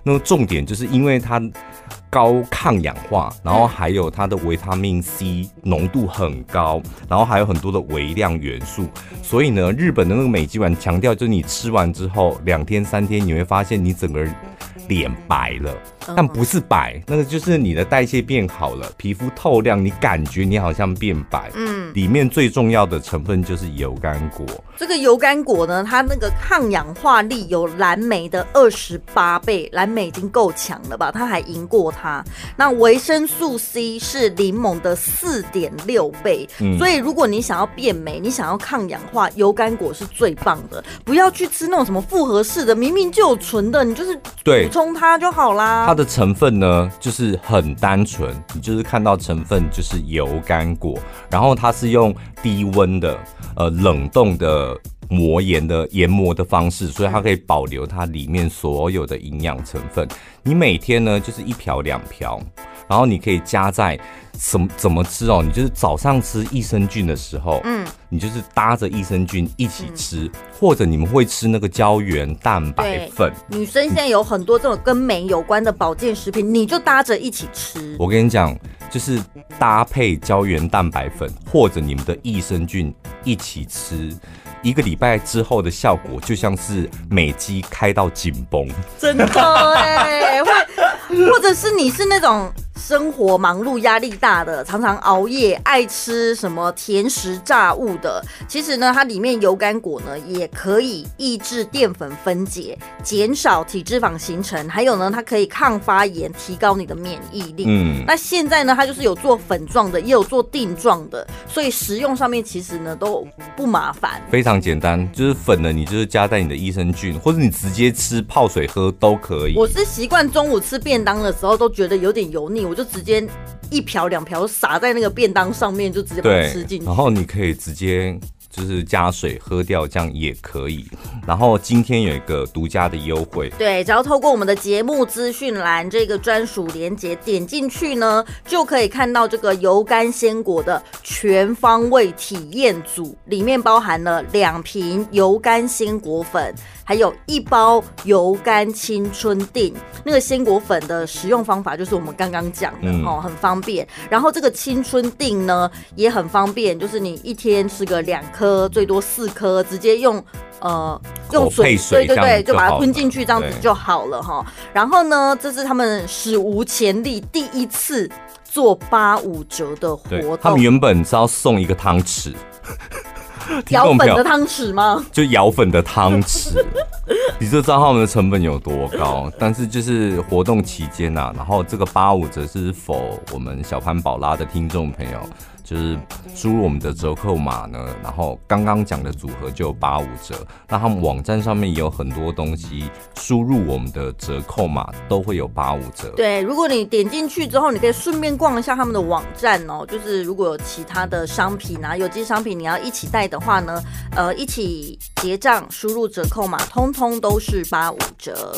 Speaker 1: 那重点就是因为它高抗氧化，然后还有它的维他命 C 浓度很高，然后还有很多的微量元素，所以呢，日本的那个美肌丸强调就是你吃完之后两天三天你会发现你整个人脸白了，但不是白，那个就是你的代谢变好了，皮肤透亮，你感觉你好像变白。
Speaker 2: 嗯，
Speaker 1: 里面最重要的成分就是油甘果，
Speaker 2: 这个油甘果呢，它那个抗氧化力有蓝莓的二十八倍，蓝莓已经够强了吧？它还赢过它。那维生素 C 是柠檬的四点六倍，
Speaker 1: 嗯
Speaker 2: 所以如果你想要变美，你想要抗氧化，油甘果是最棒的。不要去吃那种什么复合式的，明明就有纯的，你就是
Speaker 1: 对
Speaker 2: 补充它就好啦。
Speaker 1: 它的成分呢就是很单纯，你就是看到成分就是油甘果，然后它是用低温的呃冷冻的磨研的研磨的方式，所以它可以保留它里面所有的营养成分。你每天呢就是一瓢两瓢，然后你可以加在什么怎么吃哦？你就是早上吃益生菌的时候，
Speaker 2: 嗯，
Speaker 1: 你就是搭着益生菌一起吃，或者你们会吃那个胶原蛋白
Speaker 2: 对
Speaker 1: 粉。
Speaker 2: 女生现在有很多这种跟美有关的保健食品，你就搭着一起吃。
Speaker 1: 我跟你讲，就是搭配胶原蛋白粉或者你们的益生菌一起吃，一个礼拜之后的效果就像是美肌开到紧绷。
Speaker 2: 真的哎、欸，或或者是你是那种生活忙碌、压力大的，常常熬夜、爱吃什么甜食炸物的，其实呢，它里面油甘果呢也可以抑制淀粉分解，减少体脂肪形成，还有呢，它可以抗发炎，提高你的免疫力。
Speaker 1: 嗯，
Speaker 2: 那现在呢，它就是有做粉状的，也有做定状的，所以食用上面其实呢都不麻烦。
Speaker 1: 非常简单，就是粉呢，你就是加在你的益生菌，或者你直接吃泡水喝都可以。
Speaker 2: 我是习惯中午吃便当的时候都觉得有点油腻，我就直接一瓢两瓢撒在那个便当上面，就直接把它
Speaker 1: 对
Speaker 2: 吃进，去
Speaker 1: 然。后你可以直接就是加水喝掉，这样也可以。然后今天有一个独家的优惠，
Speaker 2: 对，只要透过我们的节目资讯栏这个专属连接点进去呢，就可以看到这个油甘鲜果的全方位体验组，里面包含了两瓶油甘鲜果粉，还有一包油甘青春锭。那个鲜果粉的使用方法就是我们刚刚讲的、
Speaker 1: 嗯
Speaker 2: 哦，很方便。然后这个青春锭呢也很方便，就是你一天吃个两颗，最多四颗，直接用呃用
Speaker 1: 口配水
Speaker 2: 对对
Speaker 1: 这样
Speaker 2: 对，
Speaker 1: 就
Speaker 2: 就把它
Speaker 1: 好
Speaker 2: 吞
Speaker 1: 了
Speaker 2: 进去，这样子
Speaker 1: 对
Speaker 2: 就好了哈。然后呢，这是他们史无前例第一次做八五折的活
Speaker 1: 对
Speaker 2: 动，
Speaker 1: 他们原本是要送一个汤匙。 听
Speaker 2: 咬
Speaker 1: 众朋
Speaker 2: 粉
Speaker 1: 友
Speaker 2: 的汤匙吗？
Speaker 1: 就舀粉的汤匙， 你就知道他们的成本有多高。但是就是活动期间呐、啊，然后这个八五折是否我们小潘宝拉的听众朋友，就是输入我们的折扣码呢，然后刚刚讲的组合就有八五折。那他们网站上面也有很多东西，输入我们的折扣码都会有八五折。
Speaker 2: 对，如果你点进去之后，你可以顺便逛一下他们的网站哦。就是如果有其他的商品啊，有机商品你要一起带的话呢，呃，一起结账，输入折扣码，通通都是八五折。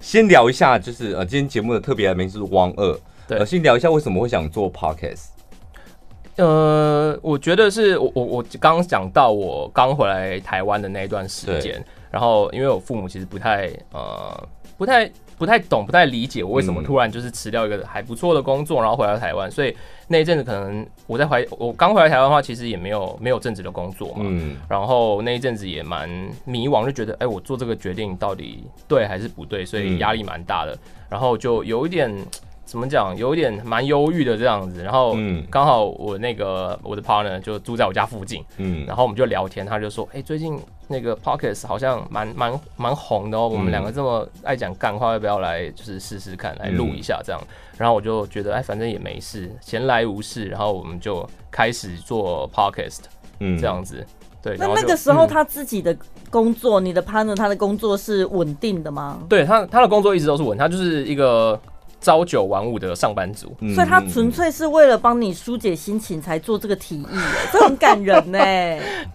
Speaker 1: 先聊一下，就是呃，今天节目的特别来宾是汪二，
Speaker 3: 对
Speaker 1: 呃先聊一下为什么会想做 podcast。
Speaker 3: 呃，我觉得是我我我刚讲到我刚回来台湾的那一段时间，然后因为我父母其实不太呃不太不太懂不太理解我为什么
Speaker 1: 嗯
Speaker 3: 突然就是辞掉一个还不错的工作，然后回到台湾，所以那一阵子可能我在怀我刚回来台湾的话，其实也没有没有正职的工作嘛，
Speaker 1: 嗯，
Speaker 3: 然后那一阵子也蛮迷惘，就觉得哎、我做这个决定到底对还是不对，所以
Speaker 1: 嗯
Speaker 3: 压力蛮大的。然后就有一点怎么讲，有一点蛮忧郁的这样子。然后
Speaker 1: 嗯
Speaker 3: 刚好我那个我的 partner 就住在我家附近，
Speaker 1: 嗯
Speaker 3: 然后我们就聊天，他就说，哎、最近那个 Pockets 好像蛮蛮蛮红的
Speaker 1: 嗯
Speaker 3: 哦，我们两个这么爱讲干话，要不要来就是试试看，来录一下这
Speaker 1: 嗯
Speaker 3: 样？然后我就觉得，哎，反正也没事，闲来无事，然后我们就开始做 Pockets。
Speaker 1: 嗯
Speaker 3: 这样子。对，
Speaker 5: 那
Speaker 3: 然后
Speaker 5: 那
Speaker 3: 就
Speaker 5: 个时候
Speaker 3: 嗯
Speaker 5: 他自己的工作，你的 partner 他的工作是稳定的吗？
Speaker 3: 对他他的工作一直都是稳，他就是一个朝九晚五的上班族。
Speaker 1: 嗯
Speaker 2: 所以他纯粹是为了帮你疏解心情才做这个提议，哎这很感人呢。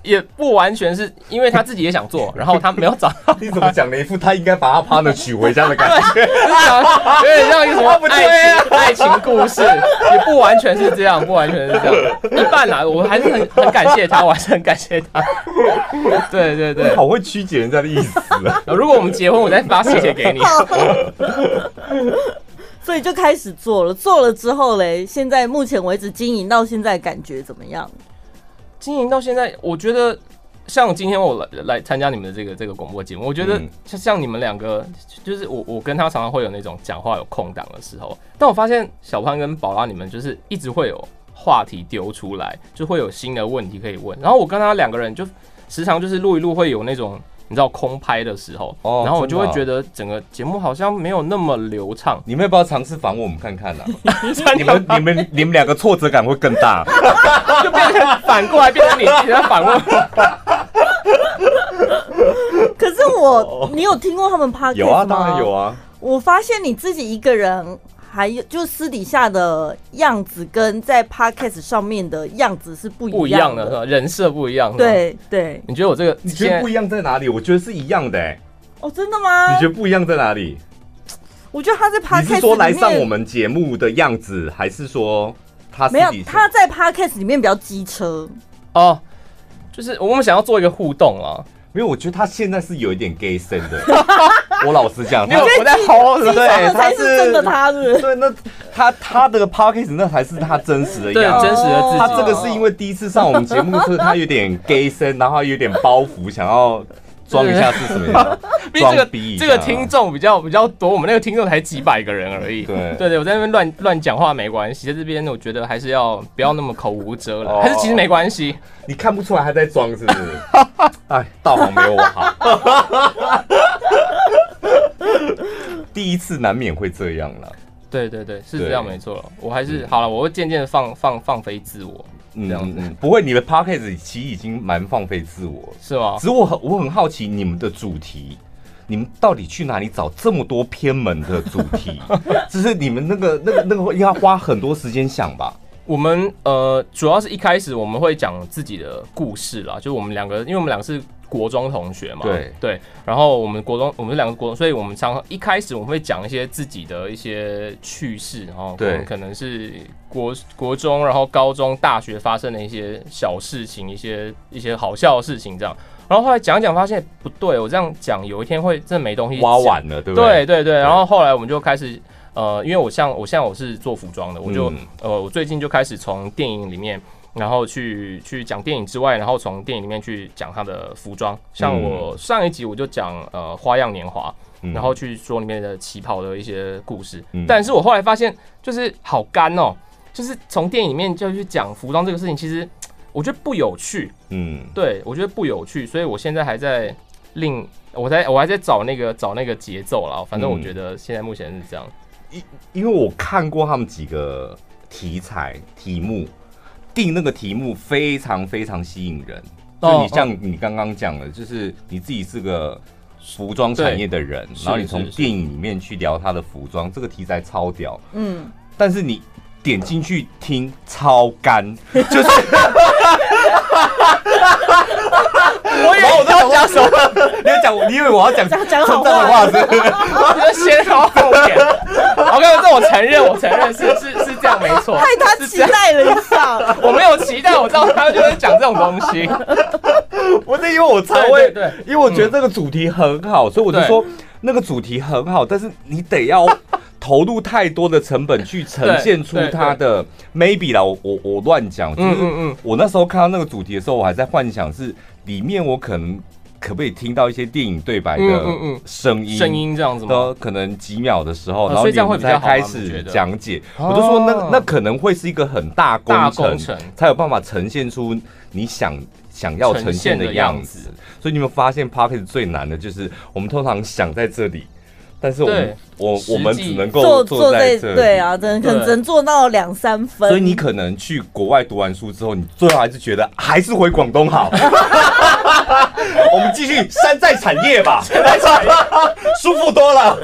Speaker 3: 也不完全是因为他自己也想做，然后他没有找到，
Speaker 1: 你怎么讲了一副他应该把他 partner 娶回家的感觉？
Speaker 3: 有点像一个什么爱情爱情故事，也不完全是这样，不完全是这样，一半啦，我还是很很感谢他，我还是很感谢他。对对对
Speaker 1: 你， 好会曲解人家的意思啊！
Speaker 3: 如果我们结婚，我再发谢谢给你。
Speaker 2: 所以就开始做了，做了之后嘞，现在目前为止经营到现在感觉怎么样？
Speaker 3: 经营到现在，我觉得像今天我来来参加你们的这个这个广播节目，我觉得
Speaker 1: 嗯
Speaker 3: 像像你们两个，就是我我跟他常常会有那种讲话有空档的时候，但我发现小潘跟宝拉你们就是一直会有话题丢出来，就会有新的问题可以问，然后我跟他两个人就时常就是录一录会有那种。你知道空拍的时候，
Speaker 1: 哦
Speaker 3: 然后我就会
Speaker 1: 真的哦
Speaker 3: 觉得整个节目好像没有那么流畅
Speaker 1: 。你们要不要尝试访问我们看看呢、啊？ 你们、你们、你们两个挫折感会更大。
Speaker 3: 就变成反过来变成你自己在反问我，
Speaker 2: 可是我，你有听过他们 podcast 吗？
Speaker 1: 有啊，当然有。啊。
Speaker 2: 我发现你自己一个人，还有就私底下的样子，跟在 podcast 上面的样子是不
Speaker 3: 不一
Speaker 2: 一
Speaker 3: 样
Speaker 2: 样
Speaker 3: 的是。吧？人设不一样。是吧，
Speaker 2: 对对，
Speaker 3: 你觉得我这个
Speaker 1: 你觉
Speaker 3: 现
Speaker 1: 得
Speaker 3: 在
Speaker 1: 不一样在哪里？我觉得是一样的哎、
Speaker 2: 哦，真的吗？
Speaker 1: 你觉得不一样在哪里？
Speaker 2: 我觉得他在
Speaker 1: 你
Speaker 2: podcast
Speaker 1: 是说来上
Speaker 2: 里面
Speaker 1: 我们节目的样子，还是说他私
Speaker 2: 没有
Speaker 1: 底？下
Speaker 2: 他在 podcast 里面比较机车，
Speaker 3: 哦，就是我们想要做一个互动啊，
Speaker 1: 没有，我觉得他现在是有一点 gay 声的。 我老实讲，
Speaker 3: 没有
Speaker 1: 他
Speaker 3: 我在吼
Speaker 2: 机车的才是真的
Speaker 1: 他
Speaker 2: 他是不 是。
Speaker 1: 对，那他他的 p o c k e t 那才是他真实的
Speaker 3: 对
Speaker 1: 样子。
Speaker 3: 真实的自己。哦
Speaker 1: 他这个是因为第一次上我们节目，所以他有点 gay 声，然后有点包袱，想要装一下是什么样 子？
Speaker 3: 毕竟这
Speaker 1: 装
Speaker 3: 个
Speaker 1: 逼一下
Speaker 3: 这个听众比较比较多，我们那个听众才几百个人而已。
Speaker 1: 对
Speaker 3: 对对，我在那边乱乱讲话没关系，在这边我觉得还是要不要那么口无遮
Speaker 1: 哦
Speaker 3: 拦，还是其实没关系。
Speaker 1: 你看不出来他在装是不是？ 哎，道行没有我好。第一次难免会这样了。
Speaker 3: 对对对，是
Speaker 1: 对
Speaker 3: 这样没错。我还是好了，我会渐渐的放放放飞自我，
Speaker 1: 嗯
Speaker 3: 这样子
Speaker 1: 嗯，不会，你的 p o c k e t 其实已经蛮放飞自我了。
Speaker 3: 是吗
Speaker 1: 只？是我很我很好奇你们的主题，你们到底去哪里找这么多偏门的主 题？就是你们那个那个那个要花很多时间想吧？
Speaker 3: 我们呃，主要是一开始我们会讲自己的故事啦，就我们两个，因为我们两个是国中同学嘛，
Speaker 1: 对
Speaker 3: 对，然后我们国中，我们是两个国中，所以我们常一开始我们会讲一些自己的一些趣事，然后
Speaker 1: 对
Speaker 3: 可能可能是国国中，然后高中、大学发生的一些小事情，一些一些好笑的事情这样，然后后来讲一讲发现不对，我这样讲有一天会真的没东西
Speaker 1: 挖
Speaker 3: 讲
Speaker 1: 完了，对不
Speaker 3: 对
Speaker 1: 对？
Speaker 3: 对对然后后来我们就开始，呃，因为我像我现在我是做服装的，我就、
Speaker 1: 嗯
Speaker 3: 呃我最近就开始从电影里面，然后去去讲电影之外，然后从电影里面去讲他的服装。像
Speaker 1: 嗯
Speaker 3: 我上一集我就讲呃《花样年华》
Speaker 1: 嗯
Speaker 3: 然后去说里面的旗袍的一些故事，
Speaker 1: 嗯
Speaker 3: 但是我后来发现就是好干哦，就是从电影里面就去讲服装这个事情，其实我觉得不有趣。
Speaker 1: 嗯，
Speaker 3: 对，我觉得不有趣，所以我现在还在另，我在我还在找那个找那个节奏啦。反正我
Speaker 1: 嗯
Speaker 3: 觉得现在目前是这样。
Speaker 1: 因为我看过他们几个题材题目，定那个题目非常非常吸引人。就
Speaker 3: 哦
Speaker 1: 你像你刚刚讲的，就是你自己是个服装产业的人，
Speaker 3: 是
Speaker 1: 然后你从
Speaker 3: 是是
Speaker 1: 电影里面去聊他的服装，这个题材超屌。
Speaker 2: 嗯，
Speaker 1: 但是你点进去听超干，就是
Speaker 3: 哦我以为我要讲什么，
Speaker 1: 你要讲，你以为我要 讲
Speaker 2: 讲讲好
Speaker 1: 称赞的话是不是？
Speaker 3: 我就先到后面。OK，这我承认，我承认是是是这样，没错。
Speaker 2: 害他
Speaker 3: 是
Speaker 2: 期
Speaker 3: 这样，
Speaker 2: 待了一下。
Speaker 3: 我没有期待，我知道他就会讲这种东西。
Speaker 1: 不是因为我才
Speaker 3: 对
Speaker 1: 会，
Speaker 3: 对嗯
Speaker 1: 因为我觉得这个主题很好，所以我就说那个主题很好，但是你得要投入太多的成本去呈现出它的 maybe 啦，我我我乱讲，就
Speaker 3: 嗯
Speaker 1: 是
Speaker 3: 嗯嗯
Speaker 1: 我那时候看到那个主题的时候，我还在幻想是里面我可能可不可以听到一些电影对白
Speaker 3: 嗯
Speaker 1: 的
Speaker 3: 嗯嗯
Speaker 1: 声音，
Speaker 3: 声音这样子吗？
Speaker 1: 的可能几秒的时候，
Speaker 3: 呃
Speaker 1: 然后
Speaker 3: 所以这样
Speaker 1: 你
Speaker 3: 会
Speaker 1: 们
Speaker 3: 比
Speaker 1: 才
Speaker 3: 较好啊
Speaker 1: 开
Speaker 3: 你觉
Speaker 1: 始
Speaker 3: 得
Speaker 1: 讲解。
Speaker 3: 哦
Speaker 1: 我就说那那可能会是一个很大工
Speaker 3: 大
Speaker 1: 程，
Speaker 3: 工程
Speaker 1: 才有办法呈现出你想想要呈现的样
Speaker 3: 呈
Speaker 1: 子
Speaker 3: 现的样。
Speaker 1: 所以你们发现 p o c k e t 最难的就是我们通常想在这里，但是我们
Speaker 3: 对
Speaker 1: 我
Speaker 3: 实际
Speaker 1: 我们只能够
Speaker 2: 坐
Speaker 1: 坐
Speaker 2: 坐
Speaker 1: 在
Speaker 2: 在
Speaker 1: 这里。
Speaker 2: 对啊，真的可能
Speaker 3: 对
Speaker 2: 只能做到两三分。
Speaker 1: 所以你可能去国外读完书之后，你最后还是觉得还是回广东好。 我们继续山寨产 业吧，舒服多了。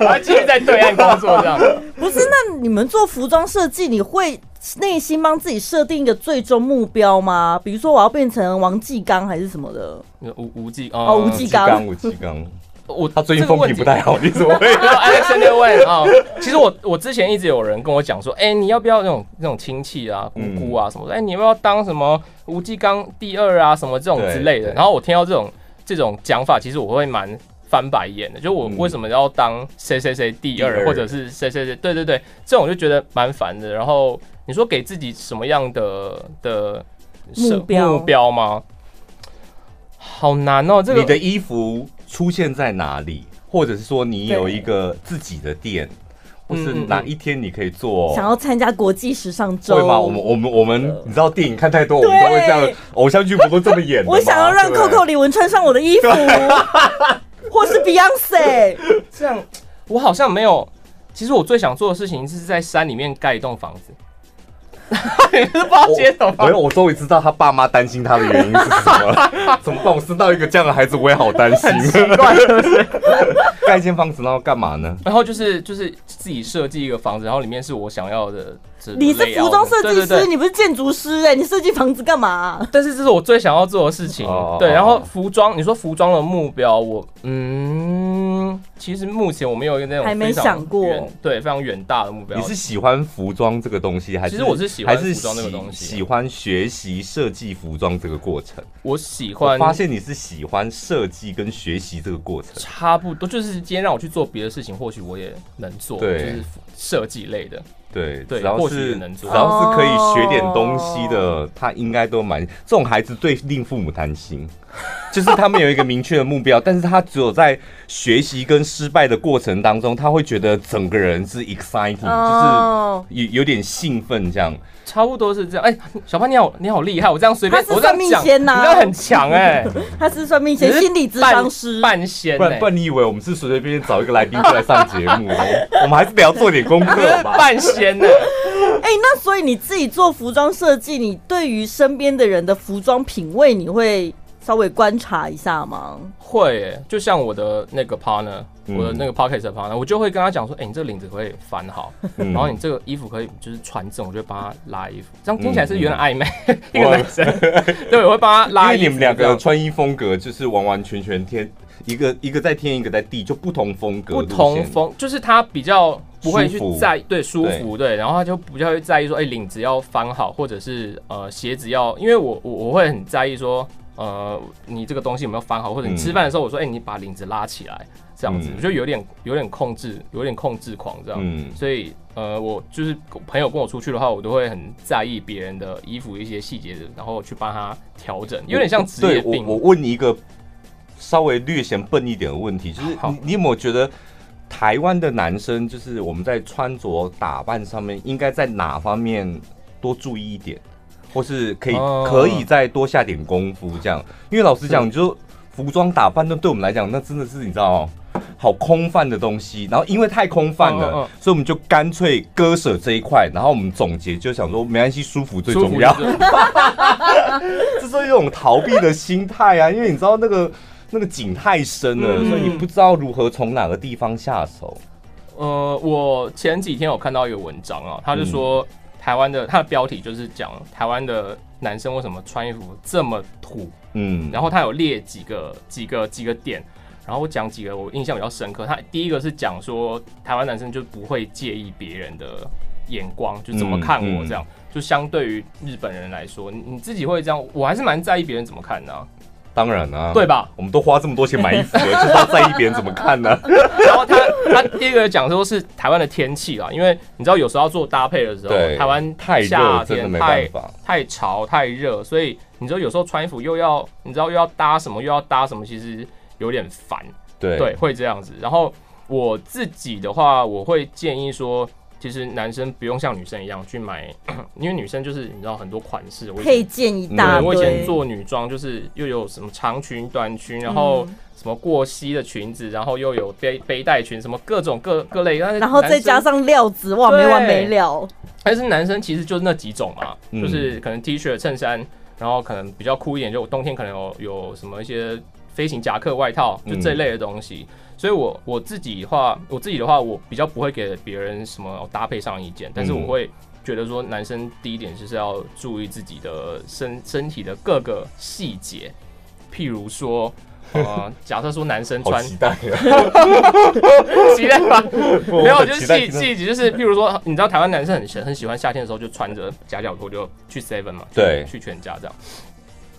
Speaker 3: 我要继续在对岸工作这样。
Speaker 2: 不不是，那你们做服装设计，你会内心帮自己设定一个最终目标吗？比如说我要变成王继刚还是什么的？
Speaker 3: 无无忌
Speaker 2: 哦无忌
Speaker 1: 鸡缸，我鸡缸，
Speaker 3: 我
Speaker 1: 他最近风评不太好，你怎 么会？
Speaker 3: Alexander Wen 啊，其实我我之前一直有人跟我讲说，哎、你要不要那种那种亲戚啊、姑
Speaker 1: 嗯
Speaker 3: 姑啊什么的？哎、你要不要当什么吴继刚第二啊什么这种之类
Speaker 1: 对
Speaker 3: 的？
Speaker 1: 对
Speaker 3: 然后我听到这种这种讲法，其实我会蛮翻白眼的，就我
Speaker 1: 嗯
Speaker 3: 为什么要当谁谁谁第
Speaker 1: 第
Speaker 3: 二，
Speaker 1: 二
Speaker 3: 或者是谁谁谁？对对对，这种我就觉得蛮烦的。然后你说给自己什么样的的设
Speaker 2: 目标
Speaker 3: 目标吗？好难哦，这个
Speaker 1: 你的衣服出现在哪里？或者是说你有一个自己的店，或是
Speaker 3: 嗯嗯嗯
Speaker 1: 哪一天你可以做？
Speaker 2: 嗯想要参加国际时尚
Speaker 1: 哦
Speaker 2: 周
Speaker 1: 会吗？我们我们我们，你知道电影看太多，我们
Speaker 2: 对
Speaker 1: 都会这样。偶像剧不都这么演的吗？
Speaker 2: 我想要让
Speaker 1: 对不对
Speaker 2: Coco 李玟穿上我 的衣服，或是 Beyonce。
Speaker 3: 这样，我好像没有。其实我最想做的事情是在山里面盖一栋房 子。你们是不知道街头
Speaker 1: 没
Speaker 3: 吗？
Speaker 1: 有，我终于知道他爸妈担心他的原因是什么 了。怎么办？我生到一个这样的孩子，我也好担心。 盖一间房子，然后干嘛呢？
Speaker 3: 然后就是就是自己设计一个房子，然后里面是我想要的。这
Speaker 2: 你是
Speaker 3: layout
Speaker 2: 服装设计
Speaker 3: 啊对对
Speaker 2: 师，
Speaker 3: 对
Speaker 2: 你不是建筑师哎、你设计房子干嘛啊、
Speaker 3: 但是这是我最想要做的事情
Speaker 1: 哦。
Speaker 3: 对，然后服装，你说服装的目标，我嗯，其实目前我没有一个那种
Speaker 2: 还没
Speaker 3: 非常
Speaker 2: 想过
Speaker 3: 远对，非常远大的目标。
Speaker 1: 你是喜欢服装这个东西，还是
Speaker 3: 其实我是喜欢
Speaker 1: 还是
Speaker 3: 服装这个东西啊
Speaker 1: 喜喜欢学习设计服装这个过程。
Speaker 3: 我喜欢
Speaker 1: 我发现你是喜欢设计跟学习这个过程。
Speaker 3: 差不多，就是今天让我去做别的事情，或许我也能做，就
Speaker 1: 对
Speaker 3: 是设计类的。
Speaker 1: 对，
Speaker 3: 对
Speaker 1: 只要
Speaker 3: 或许
Speaker 1: 是
Speaker 3: 也能
Speaker 1: 只
Speaker 3: 做
Speaker 1: 要是可以学点东西的，他应该都蛮。这种孩子最令父母担心， 就是他们有一个明确的目标，但是他只有在学习跟失败的过程当中，他会觉得整个人是 exciting，、
Speaker 3: 嗯
Speaker 2: 哦
Speaker 1: 就是有有点兴奋这样。
Speaker 3: 差不多是这样。哎、小潘，你好，你好厉害！我这样随便，
Speaker 2: 他是
Speaker 3: 我这样
Speaker 2: 算
Speaker 3: 讲，
Speaker 2: 命仙呐
Speaker 3: 你这样很强哎、
Speaker 2: 他是算命
Speaker 3: 你
Speaker 2: 先
Speaker 3: 是
Speaker 2: 心理咨
Speaker 3: 嗯半
Speaker 2: 商师，
Speaker 3: 半仙、
Speaker 1: 不
Speaker 3: 欸，
Speaker 1: 然不然，你以为我们是随随便便找一个来宾就来上节 目哦？我们还是得要做点功课吧。
Speaker 3: 半仙欸 呢、
Speaker 2: 哎、那所以你自己做服装设计，你对于身边的人的服装品味，你会稍微观察一下吗？
Speaker 3: 会、欸，就像我的那个 partner，、
Speaker 1: 嗯
Speaker 3: 我的那个 pocket 的 partner，我就会跟他讲说，哎、你这个领子可以翻好，
Speaker 1: 嗯
Speaker 3: 然后你这个衣服可以就是穿正，我就会帮他拉衣服，这样听起来是有点暧昧， 一个
Speaker 1: 我
Speaker 3: 男生，对，我会帮
Speaker 1: 嗯
Speaker 3: 他
Speaker 1: 因
Speaker 3: 拉
Speaker 1: 为
Speaker 3: 衣服。
Speaker 1: 你们两
Speaker 3: 这
Speaker 1: 个
Speaker 3: 样
Speaker 1: 穿衣风格就是完完全全天一个一个在天一个在地，就不同风格
Speaker 3: 不
Speaker 1: 路
Speaker 3: 同
Speaker 1: 线
Speaker 3: 风，就是他比较不会去
Speaker 1: 舒服
Speaker 3: 在意对舒服对，然后他就比较会在意说，哎、领子要翻好，或者是呃鞋子要，因为我我我会很在意说，呃你这个东西有没有翻好，或者你
Speaker 1: 嗯
Speaker 3: 吃饭的时候我说，哎、你把领子拉起来这样子，
Speaker 1: 嗯
Speaker 3: 我就有点有点控制，有点控制狂这样，
Speaker 1: 嗯
Speaker 3: 所以呃我就是朋友跟我出去的话，我都会很在意别人的衣服一些细节，然后去帮他调整，有点像职业
Speaker 1: 对我
Speaker 3: 病。
Speaker 1: 我问你一个稍微略显笨一点的问题，就是
Speaker 3: 好
Speaker 1: 你你有没有觉得台湾的男生，就是我们在穿着打扮上面，应该在哪方面多注意一点，或是可以、
Speaker 3: 哦
Speaker 1: 可以再多下点功夫这样？因为老实讲，你就服装打扮，那对我们来讲，那真的是你知道、哦好空泛的东西，然后因为太空泛了，
Speaker 3: 嗯嗯嗯
Speaker 1: 所以我们就干脆割舍这一块，然后我们总结就想说，没关系，舒服最
Speaker 3: 舒服
Speaker 1: 重要
Speaker 3: 就。是
Speaker 1: 这是一种逃避的心态啊，因为你知道那个那个井太深了，
Speaker 3: 嗯
Speaker 1: 所以你不知道如何从哪个地方下手。
Speaker 3: 呃，我前几天有看到一个文章啊，他就说
Speaker 1: 嗯
Speaker 3: 台湾的，他的标题就是讲台湾的男生为什么穿衣服这么土，
Speaker 1: 嗯，
Speaker 3: 然后他有列几个几个几个点，然后我讲几个我印象比较深刻。他第一个是讲说台湾男生就不会介意别人的眼光，就怎么看我这样，
Speaker 1: 嗯
Speaker 3: 就相对于日本人来说，你你自己会这样，我还是蛮在意别人怎么看的啊、
Speaker 1: 当然啊，
Speaker 3: 对，吧？
Speaker 1: 我们都花这么多钱买衣服了，就是要在意别人怎么看 呢、
Speaker 3: 然后他他第一个讲说是台湾的天气啦，因为你知道有时候要做搭配的时候
Speaker 1: 对，
Speaker 3: 台湾
Speaker 1: 太热
Speaker 3: 夏
Speaker 1: 真的
Speaker 3: 天哎
Speaker 1: 没
Speaker 3: 太
Speaker 1: 办法
Speaker 3: 太潮太热，所以你知道有时候穿衣服又要你知道又要搭什么又要搭什么，其实有点烦，
Speaker 1: 对
Speaker 3: 对，会这样子。然后我自己的话，我会建议说。其实男生不用像女生一样去买， 因为女生就是你知道很多款式，我以前
Speaker 2: 配件一大
Speaker 1: 嗯
Speaker 3: 对，
Speaker 2: 堆。
Speaker 3: 我以前做女装，就是又有什么长裙、短
Speaker 2: 嗯
Speaker 3: 裙，然后什么过膝的裙子，然后又有背背带裙，什么各种各各类。但是
Speaker 2: 然后
Speaker 3: 男
Speaker 2: 再
Speaker 3: 生
Speaker 2: 加，上料子，哇，
Speaker 3: 对
Speaker 2: 没完没 了。
Speaker 3: 但是男生其实就是那几种嘛，
Speaker 1: 嗯
Speaker 3: 就是可能 T 恤、衬衫，然后可能比较酷一点，就冬天可能有有什么一些飞行夹克、外套，就
Speaker 1: 嗯
Speaker 3: 这类的东西。所以我我自己的话，我自己的话，我比较不会给别人什么搭配上意见，但是
Speaker 1: 嗯
Speaker 3: 我会觉得说，男生第一点就是要注意自己的身身体的各个细节，譬如说，呃，假设说男生
Speaker 1: 好
Speaker 3: 穿
Speaker 1: 期待啊！
Speaker 3: 期待吧，没有，就是
Speaker 1: 期待
Speaker 3: 细细 节，就是譬如说，你知道台湾男生很喜很喜欢夏天的时候就穿着夹脚拖就去 Seven 嘛，去
Speaker 1: 对
Speaker 3: 去全家这样。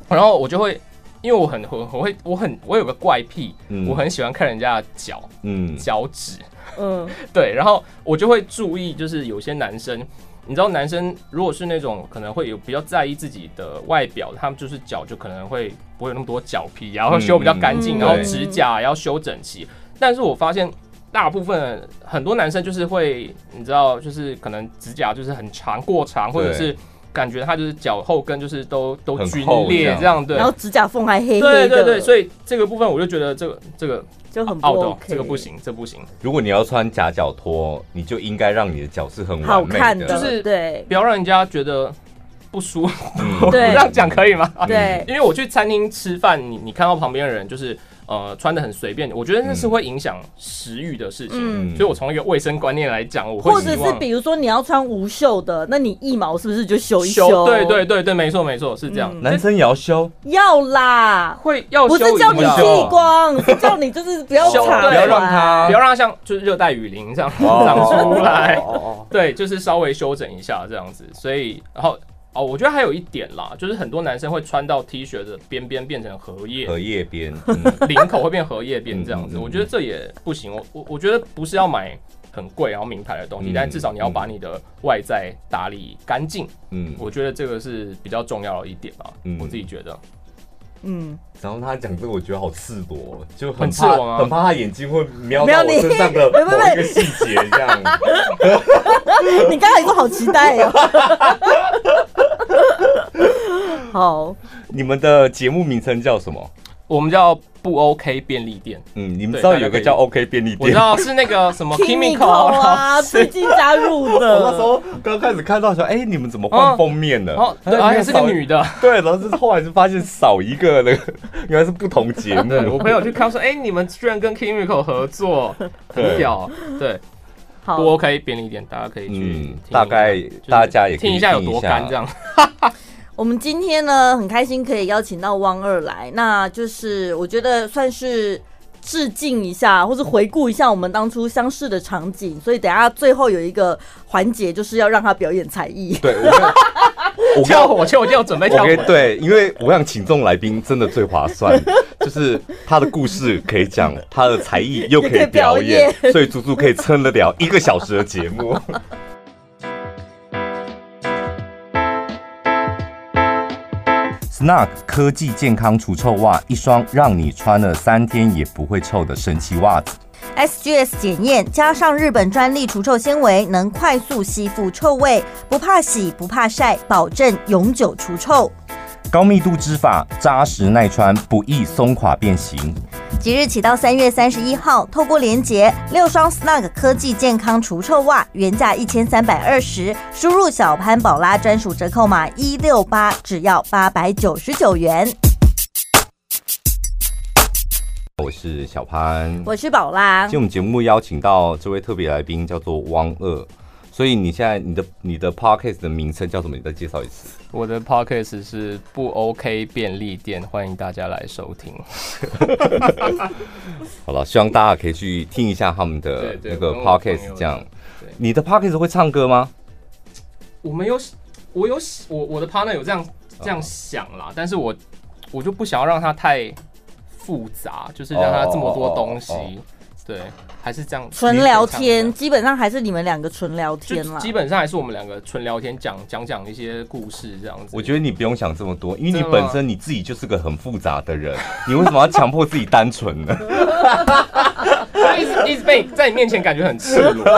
Speaker 3: 然后我就会，因为我很我我会我很我有个怪癖，
Speaker 1: 嗯
Speaker 3: 我很喜欢看人家的脚
Speaker 1: 嗯，
Speaker 3: 脚趾，
Speaker 2: 嗯，
Speaker 3: 对，然后我就会注意，就是有些男生。你知道男生如果是那种可能会有比较在意自己的外表，他们就是脚就可能会不会有那么多脚皮，然后修比较干净，
Speaker 2: 嗯
Speaker 3: 然后
Speaker 1: 对
Speaker 3: 指甲要修整齐。但是我发现大部分很多男生就是会，你知道，就是可能指甲就是很长过长，或者
Speaker 1: 对
Speaker 3: 是感觉他就是脚后跟就是都都
Speaker 1: 很
Speaker 3: 皲
Speaker 1: 厚这
Speaker 3: 裂
Speaker 1: 样
Speaker 3: 这样对
Speaker 2: 然。后指甲缝还黑黑
Speaker 3: 对
Speaker 2: 的，
Speaker 3: 对对，
Speaker 2: 以
Speaker 3: 所以这个部分我就觉得这个这个
Speaker 2: 就很不
Speaker 3: out 哦
Speaker 2: OK，
Speaker 3: 这个不，行，这不行。
Speaker 1: 如果你要穿夹脚拖，你就应该让你的脚是很
Speaker 2: 好
Speaker 1: 完美
Speaker 2: 看的，
Speaker 1: 的，
Speaker 3: 就是
Speaker 2: 对
Speaker 3: 不要让人家觉得不舒服。
Speaker 1: 嗯
Speaker 2: 对
Speaker 3: 这样讲可以吗？
Speaker 2: 对，
Speaker 3: 因为我去餐厅吃饭，你你看到旁边的人就是呃穿的很随便，我觉得那是会影响食欲的事情。
Speaker 4: 嗯
Speaker 1: 嗯
Speaker 3: 所以我从一个卫生观念来讲，我会
Speaker 2: 或
Speaker 3: 希
Speaker 2: 者
Speaker 3: 望
Speaker 2: 是比如说你要穿无袖的，那你一毛是不是就修一
Speaker 3: 修
Speaker 2: 修？
Speaker 3: 对对对对，没错没错，是这样。
Speaker 2: 嗯
Speaker 1: 男生也要修，
Speaker 2: 要啦，
Speaker 3: 会要
Speaker 2: 不
Speaker 3: 修
Speaker 2: 是叫你
Speaker 3: 一下
Speaker 1: 修
Speaker 2: 剃光，是叫你就是不要
Speaker 3: 修
Speaker 2: 长，
Speaker 3: 对
Speaker 1: 不要让他
Speaker 2: 啊
Speaker 3: 不要让它像就是热带雨林这样长 出来。对，就是稍微修整一下这样子。所以，然后哦，我觉得还有一点啦，就是很多男生会穿到 T 恤的边边变成荷叶，
Speaker 1: 荷叶边， 嗯
Speaker 3: 领口会变荷叶边这样
Speaker 1: 嗯
Speaker 3: 子，
Speaker 1: 嗯嗯
Speaker 3: 我觉得这也不行。我我我觉得不是要买很贵然后名牌的东西，
Speaker 1: 嗯
Speaker 3: 但至少你要把你的外在打理干净，
Speaker 1: 嗯，
Speaker 3: 我觉得这个是比较重要的一点吧。
Speaker 1: 嗯
Speaker 3: 我自己觉得，
Speaker 2: 嗯，
Speaker 1: 然后他讲这个，我觉得好赤裸，就
Speaker 3: 很啊
Speaker 1: 很
Speaker 3: 赤
Speaker 1: 怕，
Speaker 3: 裸吗
Speaker 1: 很怕他眼睛会瞄
Speaker 2: 没有
Speaker 1: 到我
Speaker 2: 你
Speaker 1: 身上 的
Speaker 2: 没有没有
Speaker 1: 某一个细节这样。
Speaker 2: 你刚才说好期待哦。好，
Speaker 1: 你们的节目名称叫什么？
Speaker 3: 我们叫不 OK 便利 店，
Speaker 1: 嗯，你们
Speaker 3: 对
Speaker 1: 知道
Speaker 3: 大家
Speaker 1: 有
Speaker 3: 可
Speaker 1: 个
Speaker 3: 以
Speaker 1: 叫 OK 便利
Speaker 3: 我知
Speaker 1: 店。
Speaker 3: 道是那个什么
Speaker 2: Kimiko
Speaker 3: Kimiko 啦。
Speaker 2: 啊，最近加 入
Speaker 1: 我那时
Speaker 2: 的，
Speaker 1: 候刚开始看到说，哎、你们怎么换封面了？
Speaker 3: 然后哦对，
Speaker 1: 哎
Speaker 3: 而且是个
Speaker 1: 少
Speaker 3: 女的。
Speaker 1: 对，然后是后来就发现少一个那个， 原来是不同节目。
Speaker 3: 对我朋友去看说，哎，你们居然跟 Kimiko 合作，很
Speaker 1: 对
Speaker 3: 屌。对，
Speaker 2: 好
Speaker 3: 不 OK 便利店，大家可以去听
Speaker 1: 嗯
Speaker 3: 一，下
Speaker 1: 大概大家也可以
Speaker 3: 听一下有多干这样。
Speaker 2: 我们今天呢很开心可以邀请到汪二来，那就是我觉得算是致敬一下，或是回顾一下我们当初相识的场景。所以等一下最后有一个环节就是要让他表演 才艺。
Speaker 1: 对，我没有我跟
Speaker 3: 跳火球，我就有准备跳
Speaker 1: 我
Speaker 3: 火
Speaker 1: 跟
Speaker 3: 球。
Speaker 1: 对，因为我想请这种来宾真的最划 算，就是他的故事可以讲，他的才艺又可以表演
Speaker 2: 也，可
Speaker 1: 所以足足可以撑得了一个小时的节目。Snug 科技健康除臭袜，一双让你穿了三天也不会臭的神奇袜子。
Speaker 4: SGS 检验加上日本专利除臭纤维，能快速吸附臭味，不怕洗不怕晒，保证永久除臭。
Speaker 1: 高密度织法，扎实耐穿，不易松垮变形。
Speaker 4: 即日起到三月三十一号，透过连结六双 Snug 科技健康除臭袜，原价一千三百二十，输入小潘宝拉专属折扣码一六八，只要八百九十九元。
Speaker 1: 我是小潘，
Speaker 2: 我是宝拉
Speaker 1: 今，天我们节目邀请到这位特别来宾叫做汪二，所以你现在你的你的 podcast 的名称叫什么？你再介绍一次。
Speaker 3: 我的 podcast 是不 OK 便利店，欢迎大家来收听。
Speaker 1: 好了，希望大家可以去听一下他们的那个 podcast。这样，，你的 podcast 会唱歌吗？
Speaker 3: 我们有我有我我的 partner 有这样这样想啦，但是我我就不想要让它太复杂，就是让它这么多东西。
Speaker 1: 哦哦哦
Speaker 3: 对，还是这样
Speaker 2: 纯聊
Speaker 3: 理
Speaker 2: 天，
Speaker 3: 解
Speaker 2: 基本上还是你们两个纯聊天
Speaker 3: 上这样。
Speaker 2: 啦
Speaker 3: 就。基本上还是我们两个纯聊天，讲讲讲一些故事这样子。
Speaker 1: 我觉得你不用想这么多，因为你
Speaker 3: 真的吗
Speaker 1: 本身你自己就是个很复杂的人， 你为什么要强迫自己单纯呢？
Speaker 3: 得一直一直被在你面前感觉很赤裸，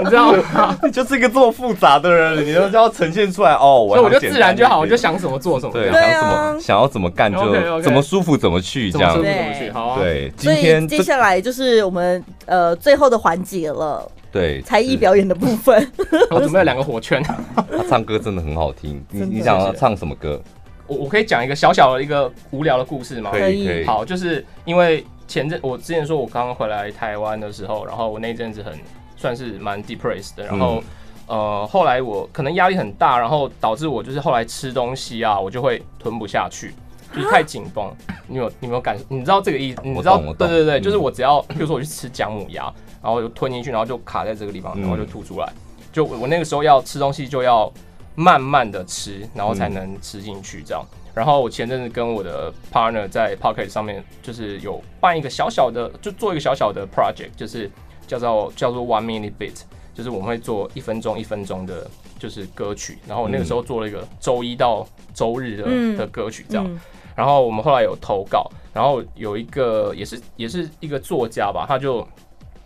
Speaker 3: 你知道吗？
Speaker 1: 你就是一个这么复杂的人，你就是要呈现出来哦。
Speaker 3: 所以我
Speaker 1: 要
Speaker 3: 就
Speaker 1: 简
Speaker 3: 自
Speaker 1: 单
Speaker 3: 然
Speaker 1: 一
Speaker 3: 就好，
Speaker 1: 点
Speaker 3: 我就想怎么做什么。
Speaker 1: 对，
Speaker 2: 对
Speaker 1: 想
Speaker 2: 啊
Speaker 1: 怎么想要怎么干就
Speaker 3: OK，OK
Speaker 1: 怎么舒服怎么去这
Speaker 3: 怎么
Speaker 1: 样
Speaker 3: 舒。服
Speaker 2: 对
Speaker 3: 怎么去。好啊，
Speaker 1: 对，今
Speaker 2: 所以
Speaker 1: 天
Speaker 2: 接
Speaker 1: 这
Speaker 2: 下来就是我们呃最后的环节了，
Speaker 1: 对
Speaker 2: 才艺表演的部分。
Speaker 3: 我准备了两个火圈。
Speaker 1: 啊嗯他唱歌真的很好听，你
Speaker 2: 真的
Speaker 1: 你想要
Speaker 3: 谢谢
Speaker 1: 唱什么歌？
Speaker 3: 我我可以讲一个小小的一个无聊的故事吗？
Speaker 1: 可以
Speaker 2: 可
Speaker 1: 可以，
Speaker 3: 好，就是因为前阵我之前说我刚回来台湾的时候，然后我那阵子很算是蛮 depressed 的，然
Speaker 1: 嗯
Speaker 3: 后、呃后来我可能压力很大，然后导致我就是后来吃东西啊，我就会吞不下去。就是太紧绷，你有你有没有感受？你知道这个意思？你知道
Speaker 1: 我懂我
Speaker 3: 对
Speaker 1: 懂
Speaker 3: 对对，就是
Speaker 1: 嗯
Speaker 3: 我只要，比如说我去吃姜母鸭，然后就吞进去，然后就卡在这个地方，
Speaker 1: 嗯
Speaker 3: 然后就吐出来。就我我那个时候要吃东西就要慢慢的吃，然后才能吃进去这样。然后我前阵子跟我的 partner 在 Pocket 上面，就是有办一个小小的，就做一个小小的 project，就是叫做叫做 One Minute Bit，就是我们会做一分钟一分钟的，就是歌曲。然后我那个时候做了一个周一到周日的、
Speaker 2: 嗯
Speaker 3: 的歌曲这样。然后我们后来有投稿，然后有一个也是也是一个作家吧，他就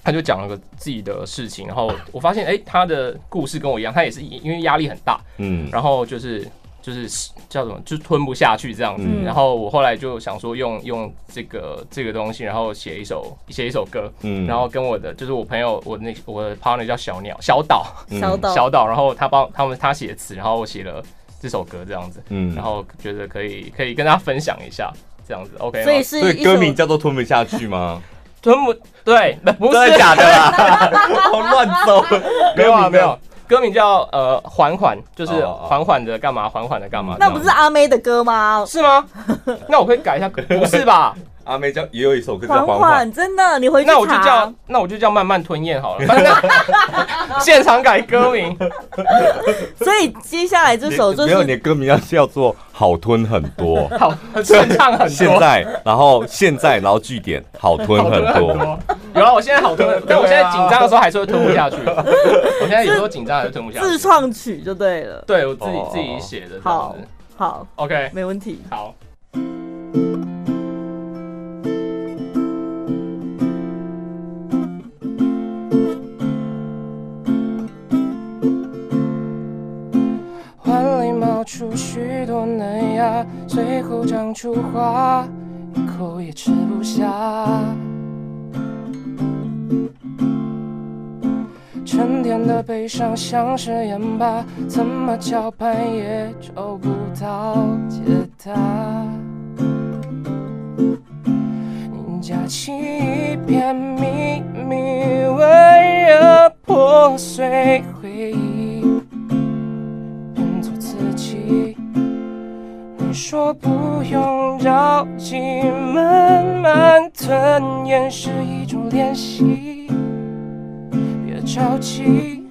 Speaker 3: 他就讲了个自己的事情，然后我发现哎、诶他的故事跟我一样，他也是因因为压力很大，
Speaker 1: 嗯，
Speaker 3: 然后就是就是叫什么，就是吞不下去这样子。
Speaker 1: 嗯
Speaker 3: 然后我后来就想说用用这个这个东西，然后写一首写一首歌，
Speaker 1: 嗯
Speaker 3: 然后跟我的就是我朋友我那我的 partner 叫小鸟小岛
Speaker 2: 小
Speaker 1: 嗯
Speaker 2: 岛
Speaker 3: 小岛，然后他帮他们他写词，然后我写了这首歌这样子。
Speaker 1: 嗯
Speaker 3: 然后觉得可以可以跟大家分享一下，这样子 OK 吗？
Speaker 2: 所以是
Speaker 1: 所
Speaker 2: 一
Speaker 1: 以
Speaker 2: 首
Speaker 1: 歌名叫做吞不下去 吗？
Speaker 3: 吞不对， 不
Speaker 1: 真
Speaker 3: 是
Speaker 1: 的假的啦？ 我乱走，
Speaker 3: 没有
Speaker 1: 歌
Speaker 3: 啊
Speaker 1: 名
Speaker 3: 没有
Speaker 1: 叫，
Speaker 3: 歌名叫呃缓缓，就是
Speaker 1: 哦哦
Speaker 3: 缓缓的干嘛缓缓的干嘛，
Speaker 2: 那不是阿妹的歌吗？
Speaker 3: 是吗？那我可以改一下，不是吧？
Speaker 1: 阿妹啊叫也有一首歌叫
Speaker 2: 缓
Speaker 1: 《缓缓》，
Speaker 2: 缓，真的，你回去
Speaker 3: 那我就
Speaker 2: 查
Speaker 3: 叫那我就叫慢慢吞咽好了， 反正现场改歌名，。
Speaker 2: 所以接下来这首
Speaker 1: 你
Speaker 2: 就
Speaker 1: 没有你
Speaker 2: 是
Speaker 1: 的歌名要叫做《好吞很 多》
Speaker 3: 好 顺畅很
Speaker 1: 现
Speaker 3: 多。
Speaker 1: 在，然后现在，然后据点，好吞
Speaker 3: 好
Speaker 1: 很
Speaker 3: 吞很
Speaker 1: 多。
Speaker 3: 多，有啊，我现在好吞，但我现在紧张的时候还是会吞不下 去。我现在有时候紧张还是吞不下
Speaker 2: 自
Speaker 3: 去。
Speaker 2: 创曲就对了。
Speaker 3: 对我自己
Speaker 1: 哦
Speaker 3: 自己写的这样
Speaker 2: 好
Speaker 3: 子。
Speaker 2: 好，
Speaker 3: OK，
Speaker 2: 没 问题。
Speaker 3: 好。碗里冒出许多嫩芽，最后长出花，一口也吃不下。沉淀的悲伤像是盐巴，怎么搅拌也找不到解答。你夹起一片秘密，温热破碎回忆，变做自己。你说不用着急，慢慢吞咽是一种练习。别着急。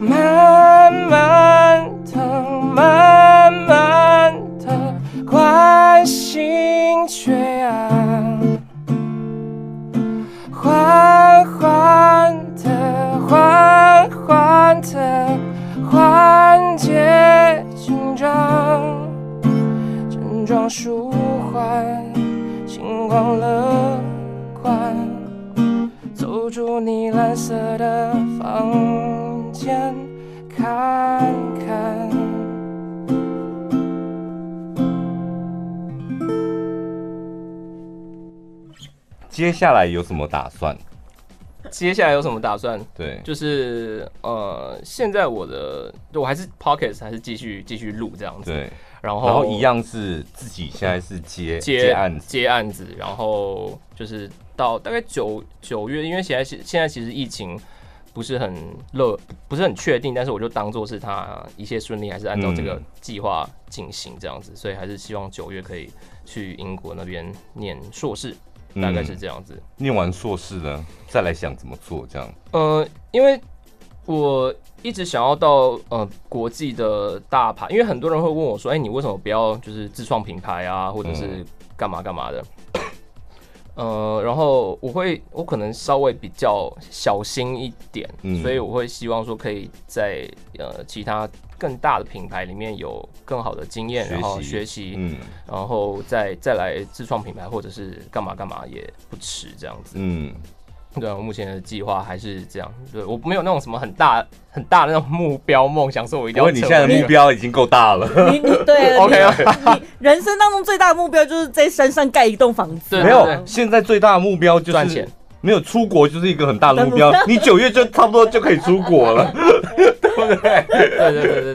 Speaker 3: 慢慢的，慢慢的，关心缺氧。缓缓的，缓缓的缓解紧张，症状舒缓，情况乐观，走出你蓝色的房间，看看。
Speaker 1: 接下来有什么打算？
Speaker 3: 接下来有什么打算？
Speaker 1: 对，
Speaker 3: 就是呃，现在我的我还是 Pockets 还是继续继续录这样子，
Speaker 1: 对，
Speaker 3: 然后
Speaker 1: 然后一样是自己现在是接
Speaker 3: 接
Speaker 1: 案子，
Speaker 3: 接案子，然后就是到大概九九月，因为现在是现在其实疫情不是很乐，不是很确定，但是我就当做是它一切顺利，还是按照这个
Speaker 1: 嗯
Speaker 3: 计划进行这样子，所以还是希望九月可以去英国那边念硕士，
Speaker 1: 嗯
Speaker 3: 大概是这样子。
Speaker 1: 念完硕士呢，再来想怎么做这样。
Speaker 3: 呃，因为我一直想要到呃国际的大牌，因为很多人会问我说，哎、你为什么不要就是自创品牌啊，或者是
Speaker 1: 嗯
Speaker 3: 干嘛干嘛的？呃，然后我会，我可能稍微比较小心一点，
Speaker 1: 嗯
Speaker 3: 所以我会希望说可以在呃其他更大的品牌里面有更好的经验，
Speaker 1: 学习
Speaker 3: 然后学习，
Speaker 1: 嗯
Speaker 3: 然后再再来自创品牌或者是干嘛干嘛也不迟这样子。
Speaker 1: 嗯，
Speaker 3: 对，啊我目前的计划还是这样。对我没有那种什么很大很大的那种目标梦想，说我一定
Speaker 1: 因
Speaker 3: 要
Speaker 1: 为你现
Speaker 3: 成为一个。
Speaker 1: 在的目标已经够大了。
Speaker 2: 你你对
Speaker 3: OK 啊
Speaker 2: 你你人生当中最大的目标就是在山上盖一栋房子。
Speaker 3: 对
Speaker 1: 没
Speaker 3: 对对
Speaker 1: 有，现在最大的目标就是
Speaker 3: 赚钱。
Speaker 1: 没有出国就是一个很大的目标，你九月就差不多就可以出国了。
Speaker 3: 对对 对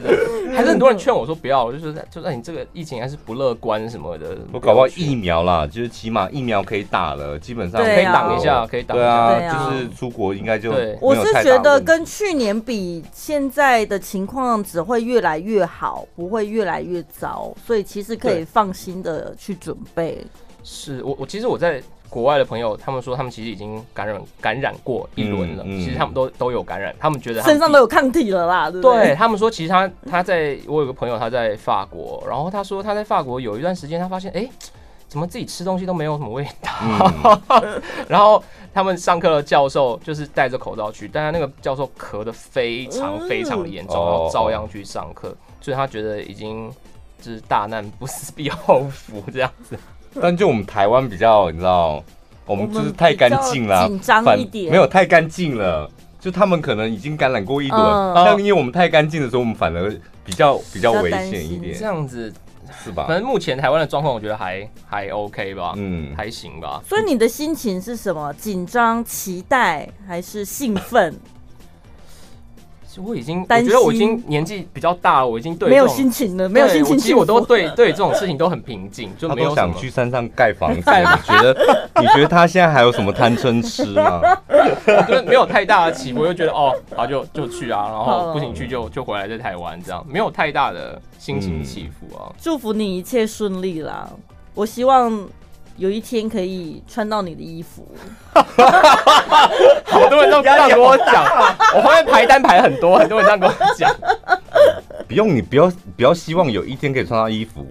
Speaker 3: 对对，还是很多人劝我说不要，我就是就是哎你这个疫情还是不乐观什么的。啊
Speaker 1: 我搞不好疫
Speaker 3: 疫
Speaker 1: 苗啦，就是起码疫苗可以打了，基本上
Speaker 2: 对啊
Speaker 3: 可以挡一下，。可以挡一
Speaker 1: 对
Speaker 3: 下。
Speaker 1: 啊，
Speaker 2: 对啊
Speaker 1: 就是出国应该就
Speaker 3: 对
Speaker 2: 我
Speaker 1: 没有
Speaker 2: 是
Speaker 1: 太大
Speaker 2: 觉得
Speaker 1: 问题
Speaker 2: 跟去年比，现在的情况只会越来越好，不会越来越糟，所以其实可以
Speaker 3: 对
Speaker 2: 放心的去准备。
Speaker 3: 是我我其实我在国外的朋友，他们说他们其实已经感染感染过一轮了，
Speaker 1: 嗯嗯
Speaker 3: 其实他们都都有感染，他们觉得他们
Speaker 2: 身上都有抗体了啦，对不
Speaker 3: 对
Speaker 2: 对？
Speaker 3: 他们说，其实他他在我有个朋友他在法国，然后他说他在法国有一段时间，他发现哎、诶怎么自己吃东西都没有什么味道？然后他们上课的教授就是戴着口罩去，但他那个教授咳得非常非常的严重，
Speaker 1: 嗯
Speaker 3: 然后照样去上课，所以他觉得已经就是大难不死必有后福这样子。
Speaker 1: 但就我们台湾比较，你知道，我们就是太干净
Speaker 2: 我
Speaker 1: 了，
Speaker 2: 们比较紧张
Speaker 1: 反
Speaker 2: 一点
Speaker 1: 没有太干净了。就他们可能已经感染过一轮，
Speaker 2: 嗯
Speaker 1: 但因为我们太干净的时候，我们反而比较比较
Speaker 2: 比较
Speaker 1: 危
Speaker 2: 担
Speaker 1: 险一
Speaker 2: 心
Speaker 1: 点
Speaker 3: 这，样子，
Speaker 1: 是吧
Speaker 3: 反？正目前台湾的状况，我觉得还还 OK 吧，
Speaker 1: 嗯，
Speaker 3: 还行吧。
Speaker 2: 所以你的心情是什么？紧张、期待还是兴奋？
Speaker 3: 其实我已经，我
Speaker 2: 担
Speaker 3: 觉得我已
Speaker 2: 心
Speaker 3: 经年纪比较大了，我已经对
Speaker 2: 没有
Speaker 3: 这种
Speaker 2: 心情了，没有
Speaker 3: 对
Speaker 2: 心情
Speaker 3: 我
Speaker 2: 幸福。
Speaker 3: 其实我都对对这种事情都很平静，就
Speaker 1: 他
Speaker 3: 没有
Speaker 1: 都
Speaker 3: 什
Speaker 1: 想
Speaker 3: 么
Speaker 1: 去山上盖房 子，你觉得你觉得他现在还有什么贪嗔痴 吗？
Speaker 3: 就是没有太大的起伏，我就觉得哦，好就就去啊，然
Speaker 2: 好
Speaker 3: 后不行去就就回来在台湾这样，没有太大的心情
Speaker 1: 嗯
Speaker 3: 起伏啊。
Speaker 2: 祝福你一切顺利啦！我希望有一天可以穿到你的衣服。
Speaker 3: 好多人都这样跟我讲，我后面排单排很多，很多人这样跟我 讲。
Speaker 1: 不用，你不要不要希望有一天可以穿到衣服。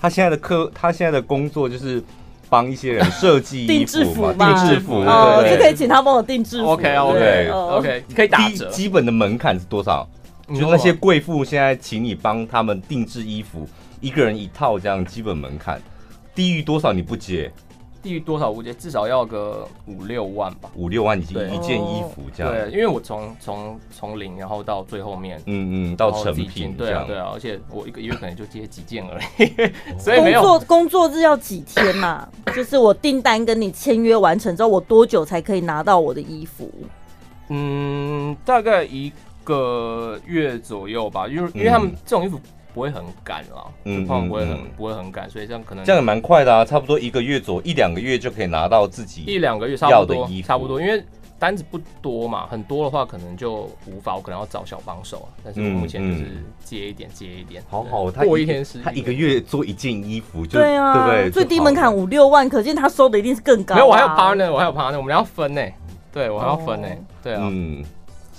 Speaker 1: 他现在的课，他现在的工作就是帮一些人设计
Speaker 2: 定
Speaker 1: 衣
Speaker 2: 制
Speaker 1: 服嘛，
Speaker 2: 服嘛
Speaker 1: 定制服，
Speaker 2: 哦，
Speaker 1: 对不
Speaker 2: 就可以
Speaker 1: 对？
Speaker 2: 请他帮我定制服。
Speaker 3: OK
Speaker 1: 对
Speaker 3: OK
Speaker 2: 哦
Speaker 3: OK，可以打
Speaker 1: 基
Speaker 3: 折。
Speaker 1: 基本的门槛是多少？
Speaker 3: 你
Speaker 1: 就
Speaker 3: 说
Speaker 1: 那些
Speaker 3: 什么
Speaker 1: 贵妇现在请你帮他们定制衣服，一个人一套这样基本门槛，低于多少你不接？
Speaker 3: 低于多少我觉得至少要个五六万吧。
Speaker 1: 五六万已经
Speaker 3: 对哦
Speaker 1: 一件衣服这样，
Speaker 3: 对，因为我从从从零，然后到最后面
Speaker 1: 嗯嗯，到
Speaker 3: 然后
Speaker 1: 成
Speaker 3: 自己
Speaker 1: 品
Speaker 3: 进
Speaker 1: 这
Speaker 3: 对啊
Speaker 1: 样哦
Speaker 3: 对。啊，而且我一个月可能就接几件而已， 所以哎
Speaker 2: 工
Speaker 3: 没有
Speaker 2: 作工作日要几天嘛、 就是我订单跟你签约完成之后，我多久才可以拿到我的衣服？
Speaker 3: 嗯，大概一个月左右吧，因为因为他们这种衣服不会很赶啦，
Speaker 1: 嗯
Speaker 3: 就通常不会很、
Speaker 1: 嗯嗯
Speaker 3: 不会很赶，所以这样可能
Speaker 1: 这样也蛮快的啊，差不多一个月左一两个月就可以拿到自
Speaker 3: 一
Speaker 1: 己。
Speaker 3: 两个月差不
Speaker 1: 要
Speaker 3: 多
Speaker 1: 的衣服
Speaker 3: 差不多，因为单子不多嘛，很多的话可能就无法，我可能要找小帮手啊，但是我
Speaker 1: 嗯
Speaker 3: 目前就是
Speaker 1: 嗯
Speaker 3: 接一点接一点，
Speaker 1: 好
Speaker 3: 对
Speaker 1: 好，他
Speaker 3: 过一天是
Speaker 1: 他一个月做一件衣服就
Speaker 2: 对啊，
Speaker 1: 对不对？
Speaker 2: 最
Speaker 1: 就
Speaker 2: 低
Speaker 1: 好
Speaker 2: 门
Speaker 1: 了
Speaker 2: 槛五六万，可见他收的一定是更高、啊。
Speaker 3: 没有，我还有 partner，我还有 partner，我们要分呢、对我还要分呢、
Speaker 2: 哦
Speaker 3: 对啊，
Speaker 1: 嗯，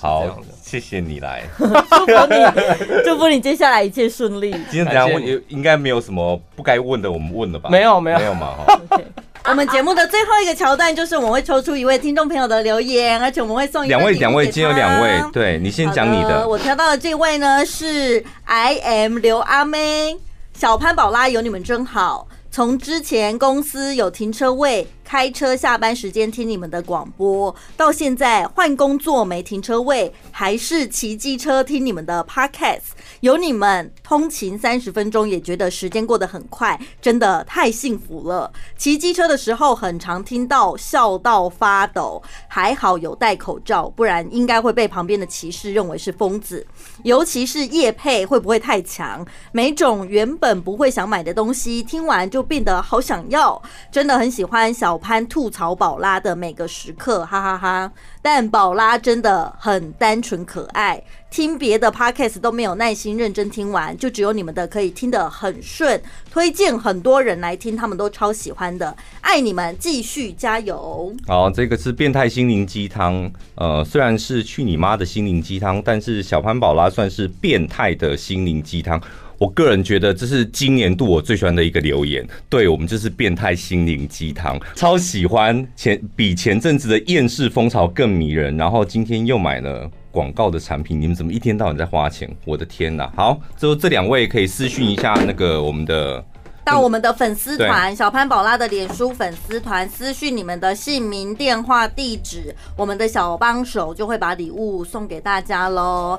Speaker 3: 这
Speaker 1: 好
Speaker 3: 样的，
Speaker 1: 谢谢你 来。
Speaker 2: 祝福你，祝福你接下来一切顺利。
Speaker 1: 今天怎样
Speaker 3: 感谢
Speaker 1: 问
Speaker 3: 你
Speaker 1: 也应该没有什么不该问的，我们问了吧？
Speaker 3: 没有没有
Speaker 1: 没有嘛哈。
Speaker 2: OK，
Speaker 4: 我们节目的最后一个桥段就是我们会抽出一位听众朋友的留言，而且我们会送一份
Speaker 1: 两位
Speaker 4: 礼物给
Speaker 1: 两位，今天有两位
Speaker 4: 他，
Speaker 1: 对你先讲你
Speaker 4: 好的，
Speaker 1: 的。
Speaker 4: 我挑到的这位呢是 I M 刘阿妹，小潘宝拉有你们真好。从之前公司有停车位，开车下班时间听你们的广播，到现在换工作没停车位，还是骑机车听你们的 podcast。有你们通勤三十分钟，也觉得时间过得很快，真的太幸福了。骑机车的时候，很常听到笑到发抖，还好有戴口罩，不然应该会被旁边的骑士认为是疯子。尤其是夜配会不会太强？每种原本不会想买的东西，听完就变得好想要，真的很喜欢小潘吐槽宝拉的每个时刻，哈哈哈但宝拉真的很单纯可爱，听别的 podcast 都没有耐心认真听完，就只有你们的可以听得很顺，推荐很多人来听，他们都超喜欢的，爱你们，继续加油！
Speaker 1: 好，哦这个是变态心灵鸡汤。呃，虽然是去你妈的心灵鸡汤，但是小潘宝拉算是变态的心灵鸡汤。我个人觉得这是今年度我最喜欢的一个留言，对我们就是变态心灵鸡汤，超喜欢前比前阵子的厌世风潮更迷人。然后今天又买了广告的产品，你们怎么一天到晚在花钱？我的天呐！好，最后这两位可以私讯一下那个我们的
Speaker 2: 到我们的粉丝团小潘宝拉的脸书粉丝团私讯你们的姓名、电话、地址，我们的小帮手就会把礼物送给大家喽。